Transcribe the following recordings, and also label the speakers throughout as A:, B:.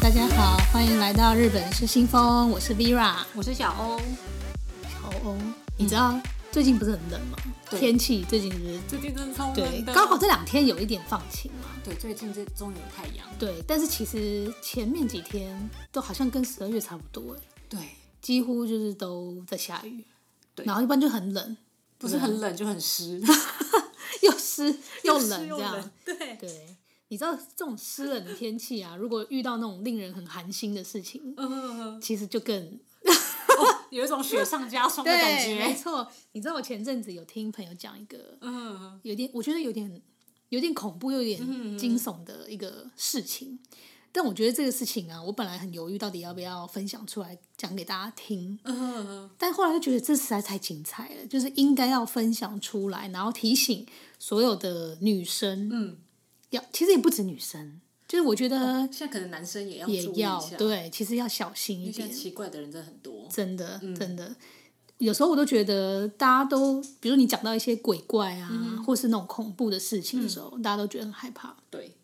A: 大家好，欢迎来到日本是新风，我是 Vera。
B: 我是小欧。
A: 好哦，你知道、最近不是很冷吗？
B: 对
A: 天气最近是
B: 最近真的超
A: 对，刚好这两天有一点放晴嘛。
B: 对，最近这终于有太阳。
A: 对，但是其实前面几天都好像跟十二月差不多，哎，
B: 对，
A: 几乎就是都在下雨，
B: 对
A: 然后一般就很冷，
B: 不是很冷就很湿，
A: 又湿又
B: 湿
A: 冷这样
B: 冷。。对，
A: 对，你知道这种湿冷的天气啊，如果遇到那种令人很寒心的事情，
B: 嗯嗯嗯
A: 其实就更
B: 哦有一种雪上加霜的感
A: 没
B: 觉。
A: 错。你知道我前阵子有听朋友讲一个
B: 嗯，嗯
A: 有点，我觉得有点有点恐怖，又有点惊悚的一个事情。但我觉得这个事情啊，我本来很犹豫到底要不要分享出来讲给大家听，
B: 嗯嗯
A: 但后来就觉得这实在太精彩了，就是应该要分享出来，然后提醒所有的女生，
B: 嗯，
A: 要其实也不止女生，就是我觉得
B: 嗯，现在可能男生也要
A: 也
B: 注意一
A: 要
B: 下，
A: 对，其实要小心
B: 因
A: 一
B: 为现
A: 点
B: 在。奇怪的人真的很多。
A: 真的，真的。有时候我都觉得，大家都，比如你讲到一些鬼怪啊，或是那种恐怖的事情的时候，大家都觉得很害怕。
B: 对，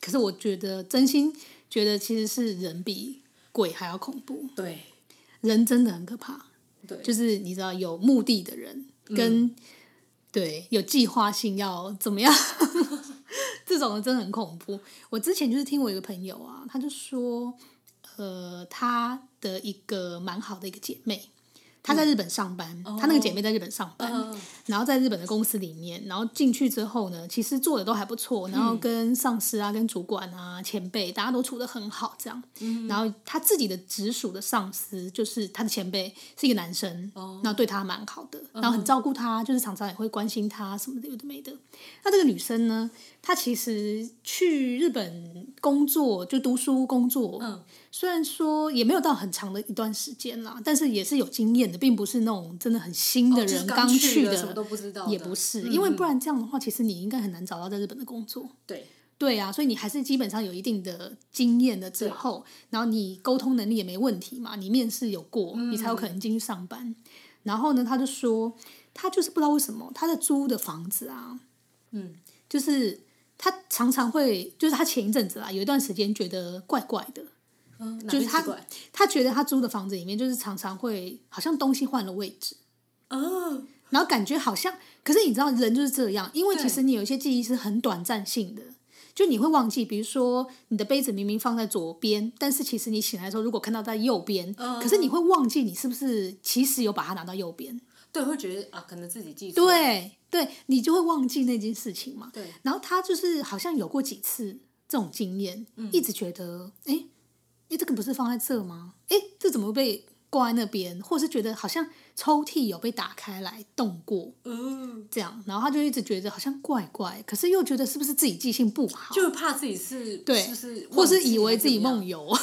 A: 可是我觉得，真心觉得其实是人比鬼还要恐怖，
B: 对，
A: 人真的很可怕。
B: 对，
A: 就是你知道，有目的的人跟、对有计划性要怎么样， 这种的真的很恐怖。我之前就是听我一个朋友啊，他就说，呃，他的一个蛮好的一个姐妹，她在日本上班，她那个姐妹在日本上班，
B: 哦嗯，
A: 然后在日本的公司里面，然后进去之后呢，其实做的都还不
B: 嗯
A: 错，然后跟上司啊、跟主管啊、前辈，大家都处的很好，这样。
B: 嗯
A: 然后他自己的直属的上司，就是他的前辈，是一个男生，
B: 哦
A: 然后对他蛮好的，
B: 嗯
A: 然后很照顾他，就是常常也会关心他什么的，有的没的。那这个女生呢，她其实去日本工作，就读书工作，
B: 嗯，
A: 虽然说也没有到很长的一段时间啦，但是也是有经验的，并不是那种真的很新的
B: 哦就是
A: 人
B: 刚
A: 去
B: 去
A: 的，
B: 的什么都不知道的嗯
A: 也不是，因为不然这样的话，其实你应该很难找到在日本的工作。
B: 对，
A: 对啊，所以你还是基本上有一定的经验了之后，然后你沟通能力也没问题嘛，你面试有过，你才有可能进去上班。然后呢，他就说，他就是不知道为什么他在租的房子啊，
B: 嗯，
A: 就是他常常会，就是他前一阵子啊，有一段时间觉得怪怪的，
B: 嗯，哪
A: 就是
B: 边
A: 他
B: 奇怪
A: 他觉得他租的房子里面就是常常会好像东西换了位置，
B: 哦，
A: 然后感觉好像，可是你知道人就是这样，因为其
B: 对
A: 实你有一些记忆是很短暂性的，就你会忘记，比如说你的杯子明明放在左边，但是其实你醒来的时候如果看到在右边，
B: 嗯
A: 可是你会忘记你是不是其实有把它拿到右边，
B: 对，会觉得啊，可能自己记错。
A: 对对，你就会忘记那件事情嘛。
B: 对，
A: 然后他就是好像有过几次这种经验，
B: 嗯
A: 一直觉得，哎、诶这个不是放在这吗？哎，这怎么被挂在那边？或是觉得好像抽屉有被打开来动过，
B: 嗯，
A: 这样，然后他就一直觉得好像怪怪，可是又觉得是不是自己记性不好，
B: 就怕自己是
A: 对，
B: 是不是
A: 或是
B: 忘记
A: 以为
B: 还
A: 自己
B: 怎么样
A: 梦游，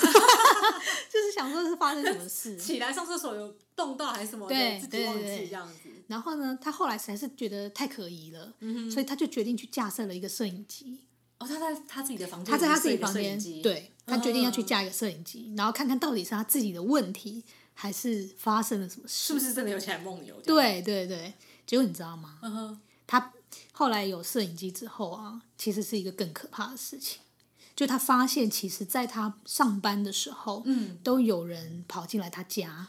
A: 就是想说是发生什么事。
B: 起来上厕所有动到还是什么的，
A: 对
B: 自己忘
A: 对对
B: 记
A: 对
B: 这样子。
A: 然后呢，他后来实在是觉得太可疑了，
B: 嗯
A: 所以他就决定去架设了一个摄影机。
B: 哦，他在他自己的房间，
A: 他在他自己房
B: 有
A: 间
B: 一个摄影机，嗯
A: 对他决定要去架一个摄影机，然后看看到底是他自己的问题，还是发生了什么
B: 是
A: 事。
B: 不是真的有起来梦游？，
A: 对对对，结果你知道吗？
B: 嗯哼，
A: 他后来有摄影机之后啊，其实是一个更可怕的事情，就他发现，其实在他上班的时候，
B: 嗯，啊
A: 都有人跑进来他家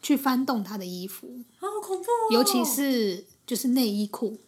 A: 去翻动他的衣服，
B: 好恐怖哦，
A: 尤其是就是内衣裤，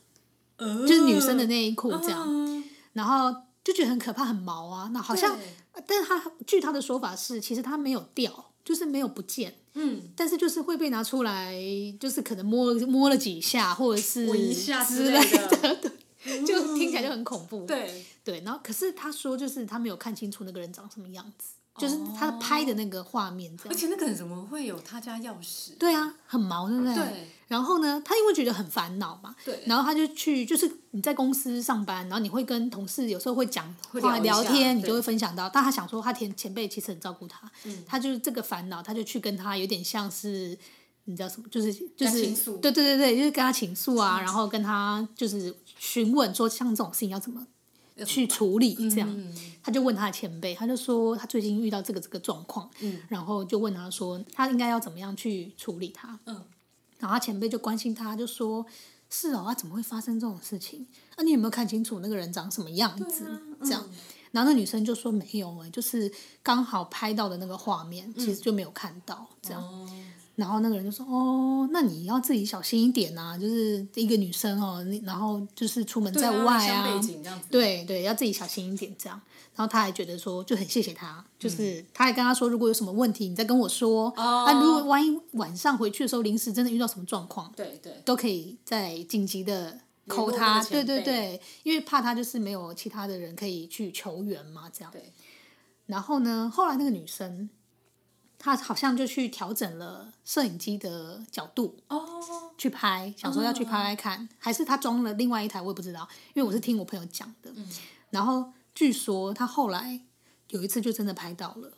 B: 呃
A: 就是女生的内衣裤这样。
B: 嗯
A: 然后就觉得很可怕，很毛啊。那好像
B: 对，
A: 但是他据他的说法是，其实他没有掉，就是没有不见，
B: 嗯，
A: 但是就是会被拿出来，就是可能摸了摸了几下，或者是
B: 闻一下之
A: 之
B: 类
A: 类
B: 的嗯
A: 的，对，就听起来就很恐怖。
B: 对，
A: 对，然后可是他说，就是他没有看清楚那个人长什么样子，就是他拍的那个画面这
B: 哦而
A: 样。
B: 且那个人怎么会有他家钥匙？
A: 对啊，很毛，对不对？
B: 对
A: 然后呢，他因为觉得很烦恼嘛，
B: 对
A: 然后他就去，就是你在公司上班，然后你会跟同事有时候会讲
B: 会
A: 话
B: 聊一
A: 聊
B: 下
A: 天，你
B: 对嗯
A: 就会分享到。但他想说，他前前辈其实很照顾他，他就是这个烦恼，他就去跟他有点像是。你知道什么？就是就
B: 跟他
A: 是
B: 倾诉
A: 对对对对，就是跟他倾诉啊，然后跟他就是询问说，像这种事情要怎么去处理这
B: 嗯
A: 样。他就问他的前辈，他就说他最近遇到这个这个状况，
B: 嗯
A: 然后就问他说他应该要怎么样去处理它。
B: 嗯，
A: 然后他前辈就关心他，就说：“
B: 嗯
A: 是哦，啊，怎么会发生这种事情？啊，你有没有看清楚那个人长什么样子？”这样，然后那女生就说没有哎、就是刚好拍到的那个画面，其实就没有看到这样。
B: 嗯哦，
A: 然后那个人就说：“哦，那你要自己小心一点啊，就是一个女生哦，你然后就是出门
B: 对
A: 在外
B: 像
A: 啊，
B: 背景这样子，
A: 对对，要自己小心一点这样。”然后他还觉得说，就很谢谢他，就是他还跟他说，如果有什么问题，你再跟我说。
B: 嗯哦
A: 那、如果万一晚上回去的时候临时真的遇到什么状况，
B: 对对，
A: 都可以再紧急的
B: 联
A: 扣
B: 络
A: 他。
B: 那个
A: 对
B: 前
A: 对
B: 辈
A: 对，因为怕他就是没有其他的人可以去求援嘛，这样。
B: 对
A: 然后呢，后来那个女生，她好像就去调整了摄影机的角度
B: 哦，
A: 去拍，想说要去拍拍看，还是她装了另外一台，我也不知道，因为我是听我朋友讲的。
B: 嗯
A: 然后据说她后来有一次就真的拍到了，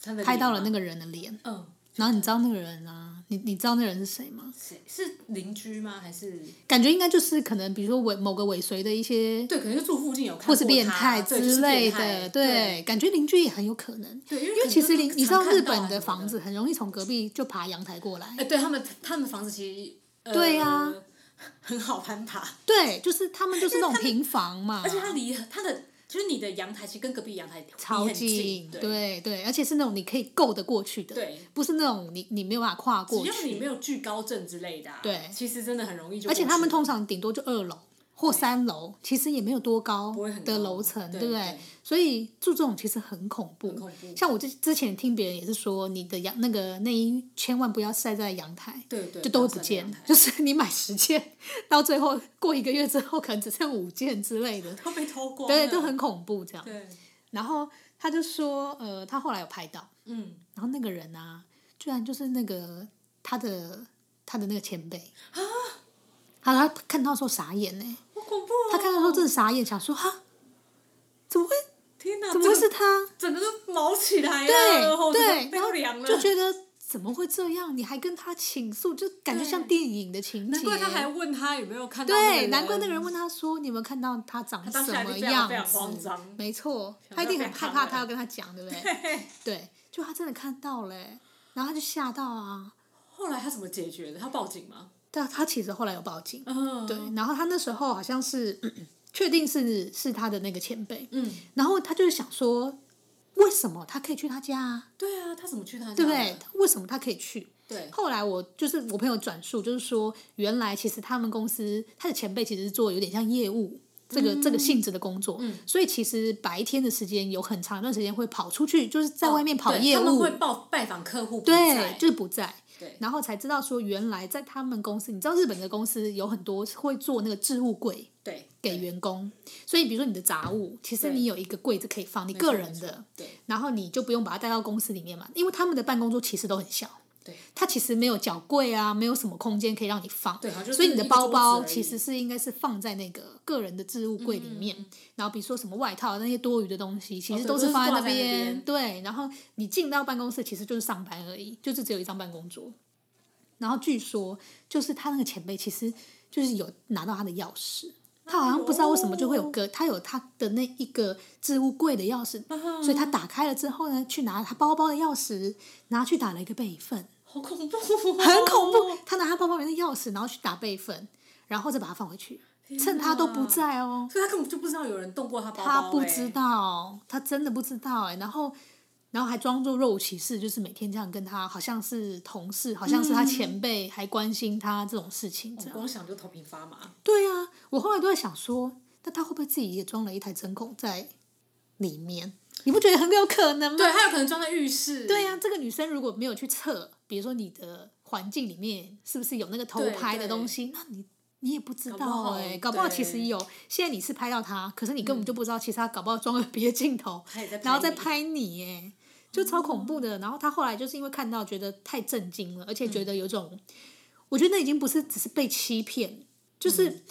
B: 他的
A: 拍到了那
B: 个，
A: 个人的脸。
B: 嗯，
A: 然后你知道那个人啊，你你知道那个人是谁吗？
B: 谁是邻居吗？还是
A: 感觉应该就是可能，比如说尾某个尾随的一些，
B: 对，可能就住附近有看
A: 或
B: 过
A: 是变
B: 他
A: 态
B: 对就是
A: 之类
B: 变
A: 的，
B: 态
A: 对，感觉邻居也很有可能。
B: 对，因为
A: 因为
B: 很
A: 其
B: 多
A: 实
B: 都
A: 你你知
B: 常
A: 道
B: 看
A: 日
B: 到啊
A: 本的
B: 什么
A: 房子很容易从隔壁就爬阳台过来
B: 哎、，对他们，他们房子其实、呃、
A: 对啊
B: 很好攀爬，
A: 对，就是他们就是那种平房嘛，
B: 而且它离它的就是你的阳台其实跟隔壁阳台离很
A: 超
B: 近，对。
A: 对对，而且是那种你可以够得过去的，
B: 对，
A: 不是那种你你没有办法跨过
B: 只要你
A: 去，
B: 没有惧高症之类的、啊，
A: 对
B: 其实真的很容易就
A: 而
B: 过去
A: 且
B: 了。
A: 他们通常顶多就二楼或三楼，其实也没有多高
B: 不会很
A: 的
B: 高
A: 楼层，
B: 对
A: 不对
B: 对？
A: 所以住这种其实很恐怖，
B: 很恐怖
A: 像我之之前听别人也是说，你的阳那个内衣千万不要晒在阳台，
B: 对对
A: 就都会
B: 不
A: 不
B: 要晒在
A: 见
B: 阳台，
A: 就是你买十件，到最后过一个月之后可能只剩五件之类的，
B: 都被偷光了，
A: 对，都很恐怖这样。
B: 对，
A: 然后他就说，呃，他后来有拍到，
B: 嗯
A: 然后那个人啊，居然就是那个他的他的那个前辈啊，他他看到的时候傻眼呢、
B: 好恐怖、
A: 他
B: 哦！
A: 看到的时候真的傻眼，想说哈，怎 么会
B: 天哪，
A: 怎么会
B: 整
A: 是他？
B: 整个都毛起来了，然后
A: 对
B: 整个
A: 对，
B: 被
A: 然后
B: 凉了，
A: 就觉得怎么会这样？你还跟他倾诉，就感觉像
B: 对
A: 电影的情节。
B: 难怪他还问他有没有看到那个
A: 对，
B: 人，
A: 难怪那个人问他说：“你有没有看到他长
B: 他当
A: 什
B: 下一
A: 么
B: 定非常
A: 样
B: 非常慌
A: 子
B: 张？”
A: 没错，
B: 想
A: 他一定
B: 到
A: 很
B: 被
A: 害
B: 坑
A: 怕，
B: 了
A: 他要跟他讲，对不 对？
B: 嘿
A: 对，就他真的看到嘞、然后他就吓到啊。
B: 后来他怎么解决的？他报警吗？
A: 但他其实后来有报警，
B: 嗯，
A: 对，然后他那时候好像是咳咳确定是是他的那个前辈，
B: 嗯，
A: 然后他就是想说，为什么他可以去他家啊？
B: 对啊，他怎么去他家的？
A: 对不对？为什么他可以去？
B: 对，
A: 后来我就是我朋友转述，就是说原来其实他们公司他的前辈其实是做有点像业务这
B: 嗯
A: 个、这个性质的工作，所以其实白天的时间有很长一段时间会跑出去，就是在外面跑
B: 哦对
A: 业
B: 他们
A: 务，
B: 会报拜访客户，
A: 对，就是不在。
B: 对
A: 然后才知道说，原来在他们公司，你知道日本的公司有很多会做那个置物柜
B: 对
A: 给员工，所以比如说你的杂物，其实
B: 对
A: 你有一个柜子可以放你个人的，
B: 对
A: 然后你就不用把它带到公司里面嘛，因为他们的办公桌其实都很小，
B: 对
A: 它其实没有脚柜啊，没有什么空间可以让你放，
B: 对好像就是
A: 所以你的
B: 一个
A: 包
B: 桌子
A: 包
B: 而已
A: 其实是应该是放在那个个人的置物柜里
B: 嗯
A: 面，然后比如说什么外套那些多余的东西，其
B: 哦
A: 实
B: 对
A: 都
B: 都是
A: 放
B: 挂
A: 那
B: 在那
A: 边，
B: 边
A: 对，然后你进到办公室其实就是上班而已，就是只有一张办公桌，然后据说就是他那个前辈其实就是有拿到他的钥匙。他好像不知道为什么就会
B: 哦
A: 有个，他有他的那一个置物柜的钥匙，
B: 嗯
A: 所以他打开了之后呢，去拿他包包的钥匙，拿去打了一个备份，
B: 好恐怖、哦，
A: 很恐怖。他拿他包包里面的钥匙，然后去打备份，然后再把它放回去，趁他都不在哦。
B: 所以他根本就不知道有人动过他包包、
A: 他不知
B: 哎，
A: 道，他真的不知道哎、然后，然后还装作若无其事，就是每天这样跟他，好像是同事，好像是
B: 嗯
A: 他前辈，还关心他这种事情这
B: 我
A: 样。
B: 光想就头皮发麻。
A: 对啊，我后来都在想说，那他会不会自己也装了一台针孔在里面？你不觉得很有可能吗？
B: 对，他有可能装在浴室。
A: 对呀、啊这个女生如果没有去测，比如说你的环境里面是不是有那个偷
B: 对
A: 拍的
B: 对
A: 东西，那你你也不知
B: 搞不
A: 道
B: 好
A: 哎、搞不好其实
B: 对嗯
A: 有。现在你是拍到她，可是你根本就不知道，其实她搞不好装了别的镜头，
B: 他也在，
A: 然后再。拍你哎、就超恐怖的。然后她后来就是因为看到，觉得太震惊了，而且觉
B: 嗯
A: 得有种，我觉得那已经不是只是被欺骗，就是。
B: 嗯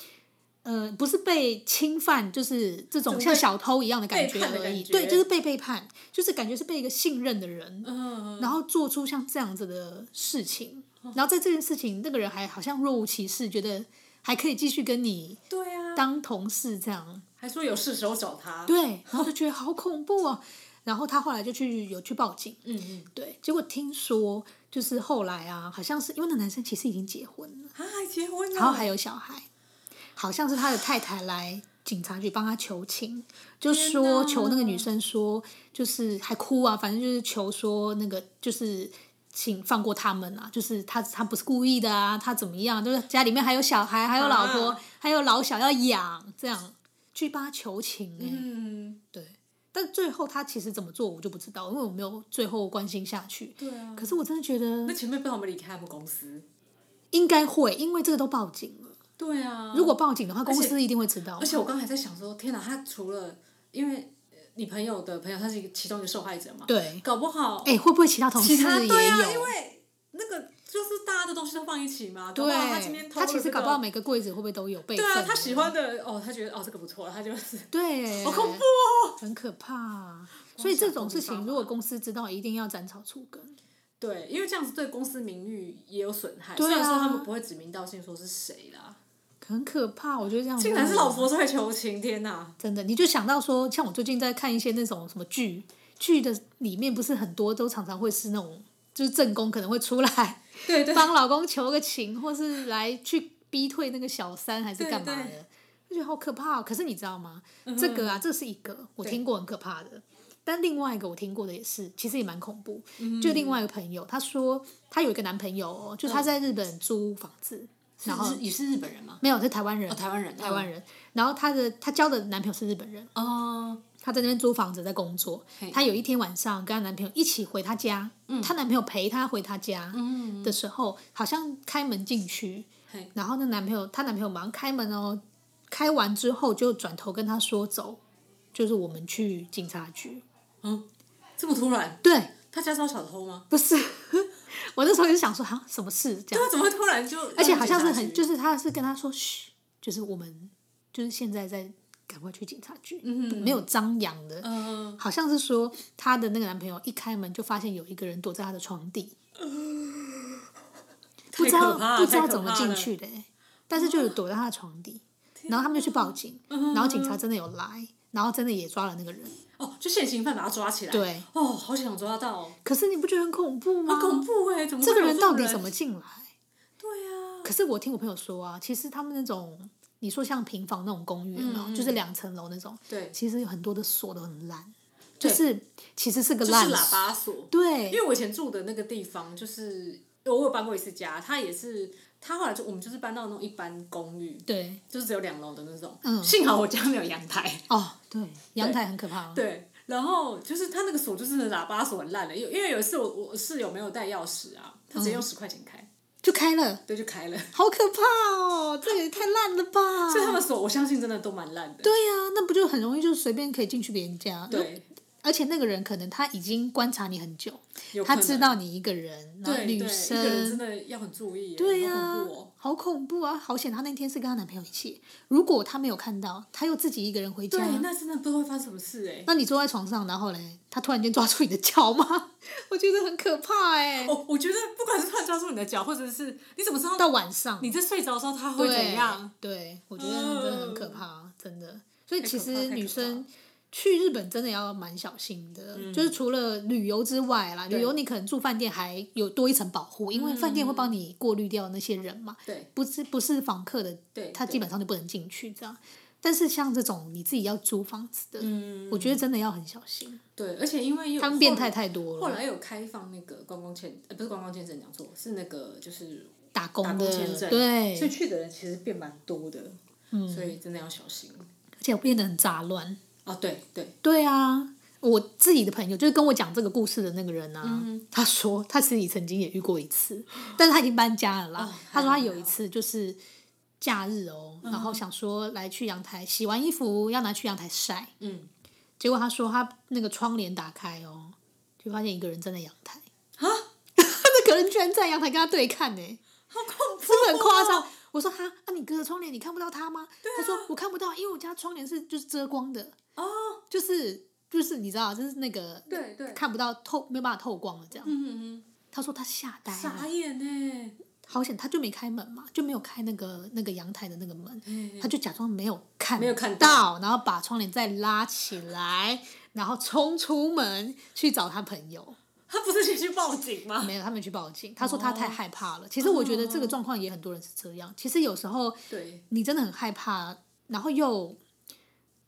A: 呃，不是被侵犯，就是这种
B: 就
A: 像
B: 被
A: 小偷一样的感
B: 背
A: 觉
B: 叛的
A: 而
B: 感
A: 已。
B: 觉
A: 对，就是被背叛，就是感觉是被一个信任的人，
B: 嗯，
A: 然后做出像这样子的事情，然后在这件事情，那个人还好像若无其事，觉得还可以继续跟你
B: 对啊，
A: 当同事这样，
B: 还说有事时候找他。
A: 对， 然后就觉得好恐怖哦。然后他后来就去有去报警，
B: 嗯嗯，
A: 对，结果听说就是后来啊，好像是因为那男生其实已经结婚了，
B: 啊他还结婚了，
A: 然后还有小孩，好像是他的太太来警察局帮他求情，就
B: 天
A: 说
B: 哪
A: 求那个女生说，就是还哭啊，反正就是求说那个就是。请放过他们啊！就是他，他不是故意的啊，他怎么样？就是家里面还有小孩，还有老婆，
B: 啊
A: 还有老小要养，这样去帮他求情、欸。
B: 嗯，
A: 对，但最后他其实怎么做我就不知道，因为我没有最后关心下去。
B: 对啊。
A: 可是我真的觉
B: 那
A: 得
B: 前辈不知道我们离开他们公司。
A: 应该会，因为这个都报警了。
B: 对啊。
A: 如果报警的话，公
B: 且
A: 司一定会知道
B: 而。且我刚才在想说，天哪，他除了因为呃你朋友的朋友，他是一个其中一个受害者嘛，
A: 对，
B: 搞不好
A: 哎、会不会其他同事
B: 其
A: 也有？
B: 他对啊，因为那个就是大家的东西都放一起嘛，搞不好他今天
A: 对，
B: 偷
A: 他
B: 了
A: 其实
B: 这
A: 搞
B: 个
A: 不好每个柜子会不会都有备份？
B: 对啊，他喜。欢的哦，他觉得哦这个不错，他就是
A: 对，
B: 好恐怖哦，
A: 很可怕。
B: 光
A: 所以这
B: 想
A: 种
B: 都
A: 事
B: 没办
A: 情，
B: 法
A: 如果公司知道，一定要斩草除根。
B: 对，因为这样子对公司名誉也有损害。
A: 对啊
B: 虽然说他们不会指名道姓说是谁啦，
A: 很可怕，我觉得这样
B: 竟然是老佛在求情，天哪！
A: 真的，你就想到说，像我最近在看一些那种什么剧，剧的里面不是很多都常常会是那种，就是正宫可能会出来
B: 对对，
A: 帮老公求个情，或是来去逼退那个小三还是干嘛
B: 对嗯
A: 的，就觉得好可怕、哦。可是你知道吗？这个啊，这是一个我
B: 对
A: 听过很可怕的。但另外一个我听过的也是，其实也蛮恐怖。
B: 嗯
A: 就另外一个朋友，他说他有一个男朋友、哦，就他
B: 嗯
A: 在日本租房子，然后
B: 也是日本人吗？
A: 没有是台湾人，
B: 哦，台湾人，
A: 台湾人。然后他的他交的男朋友是日本人，
B: 哦，
A: 她在那边租房子，在工作
B: 嘿。
A: 她有一天晚上跟她男朋友一起回她家，她、男朋友陪她回她家的时候，好像开门进去
B: 嘿，
A: 然后那男朋友，她男朋友马上开门哦，开完之后就转头跟她说走，就是我们去警察局。
B: 这么突然，
A: 对，
B: 他家遭小偷吗？
A: 不是， 我那时候就想说啊，什么事这
B: 对
A: 样？
B: 啊，怎么会突然就？
A: 而且好像是很，就是是她是跟她说嘘，就是我们就是现在在赶快去警察局，没有张扬的，
B: 嗯，
A: 好像是说她的那个男朋友一开门就发现有一个人躲在她的床底，不
B: 太
A: 知
B: 可
A: 道
B: 怕了，
A: 不知道
B: 太可
A: 怎么
B: 怕
A: 进
B: 了，
A: 去的欸、但是就有躲在她的床底，然后他们就去报警，
B: 嗯
A: 然后警察真的有来，然后真的也抓了那个人。
B: 哦，就现行犯把他抓起来，
A: 对，
B: 哦，好想抓到哦，
A: 可是你不觉得很恐怖吗？
B: 好恐怖哎，怎么
A: 这
B: 会
A: 个
B: 有
A: 人
B: 种
A: 到底怎么？进来？
B: 对啊，
A: 可是我听我朋友说啊，其实他们那种你说像平房那种公寓有没有，就是两层楼那种，
B: 嗯对，
A: 其实有很多的锁都很烂，就
B: 对
A: 是其实是个
B: 就是
A: 烂
B: 喇
A: 锁，
B: 叭锁，
A: 对，
B: 因为我以前住的那个地方，就是我有搬过一次家，它也是，它后来就我们就是搬到那种一般公寓，
A: 对，
B: 就是只有两楼的那种。
A: 嗯
B: 幸好我家没有阳台。
A: 哦，对，阳台很可怕哦。
B: 对，然后就是它那个锁就是喇叭锁很烂了，因为因为有一次我我室友没有带钥匙啊，他直接用十块钱开，
A: 就开了，
B: 对，就开了。
A: 好可怕哦！这个也太烂了吧！
B: 所以他们锁我相信真的都蛮烂的。
A: 对呀、那不就很容易就随便可以进去别人家？，
B: 对，
A: 而且那个人可能他已经观察你很久，
B: 有可
A: 他
B: 能
A: 知道你一个人，然后
B: 对对，一
A: 女
B: 个人真
A: 生，
B: 的要很注意耶，
A: 对啊呀、
B: 好恐怖哦。
A: 好恐怖啊！好险，她那天是跟她男朋友一起。如果她没有看到，她又自己一个人回家，
B: 对，那真的不知道会发生什么事哎。
A: 那你坐在床上，然后嘞，她突然间抓住你的脚吗？ 我觉得很可怕哎、
B: 哦我我觉得不管是突然抓住你的脚，或者是你怎么知道
A: 到晚上，
B: 你在睡着的时候他会
A: 对，
B: 怎样？
A: 对，我觉得那真的很可怕，真的。所以
B: 太
A: 其
B: 可怕
A: 实
B: 太
A: 女
B: 可怕
A: 生去日本真的要蛮小心的，就是除了旅游之外啦，旅
B: 嗯对
A: 游你可能住饭店还有多一层保护，因为饭店会帮
B: 嗯
A: 你过滤掉那些人嘛，
B: 对
A: 不是不是房客的，
B: 对，
A: 他
B: 对
A: 基本上就不能进去这样。但是像这种你自己要租房子的，
B: 嗯
A: 我觉得真的要很小心，
B: 对，而且因为有
A: 他们变态太多
B: 后来后
A: 了，
B: 来有开放那个观光签，呃，不是观光签证，讲错，是那个就是
A: 打工
B: 打工
A: 的
B: 签证
A: 对，
B: 所以去的人其实变蛮多的，嗯，所以真的要小心。
A: 而且变得很杂乱。
B: 哦，对对，
A: 对啊，我自己的朋友就是跟我讲这个故事的那个人啊，他说他自己曾经也遇过一次，但是他已经搬家了啦。
B: 哦
A: 他说他
B: 太好
A: 有一次就是假日哦，然后想说来去阳台洗完衣服要拿去阳台晒，
B: 嗯，
A: 结果他说他那个窗帘打开哦，就发现一个人站在阳台，
B: 啊，
A: 那个人居然在阳台跟他对看呢、
B: 好恐怖、哦
A: 真的很夸张。我说哈，那、你隔着窗帘你看不到他吗？他说我看不到，因为我家张帘是就是遮光的，
B: 啊哦，
A: 就是就是你知道，就是那个
B: 对对，
A: 看不到透，没有办法透光了这样。
B: 嗯嗯
A: 他说他吓呆
B: 嗯，傻
A: 了，
B: 眼呢，
A: 好险，他就没开门嘛，就没有开那个那个阳台的那个门，他就假装没有看
B: 嗯没有看
A: 到，然后把窗帘再拉起来，然后冲出门去找他朋友。
B: 他不是先去报警吗？
A: 没有，他没去报警。他说他
B: 哦
A: 太害怕了。其实我觉得这个状况也很多人是这样。其实有时候
B: 对，
A: 你真的很害怕，然后又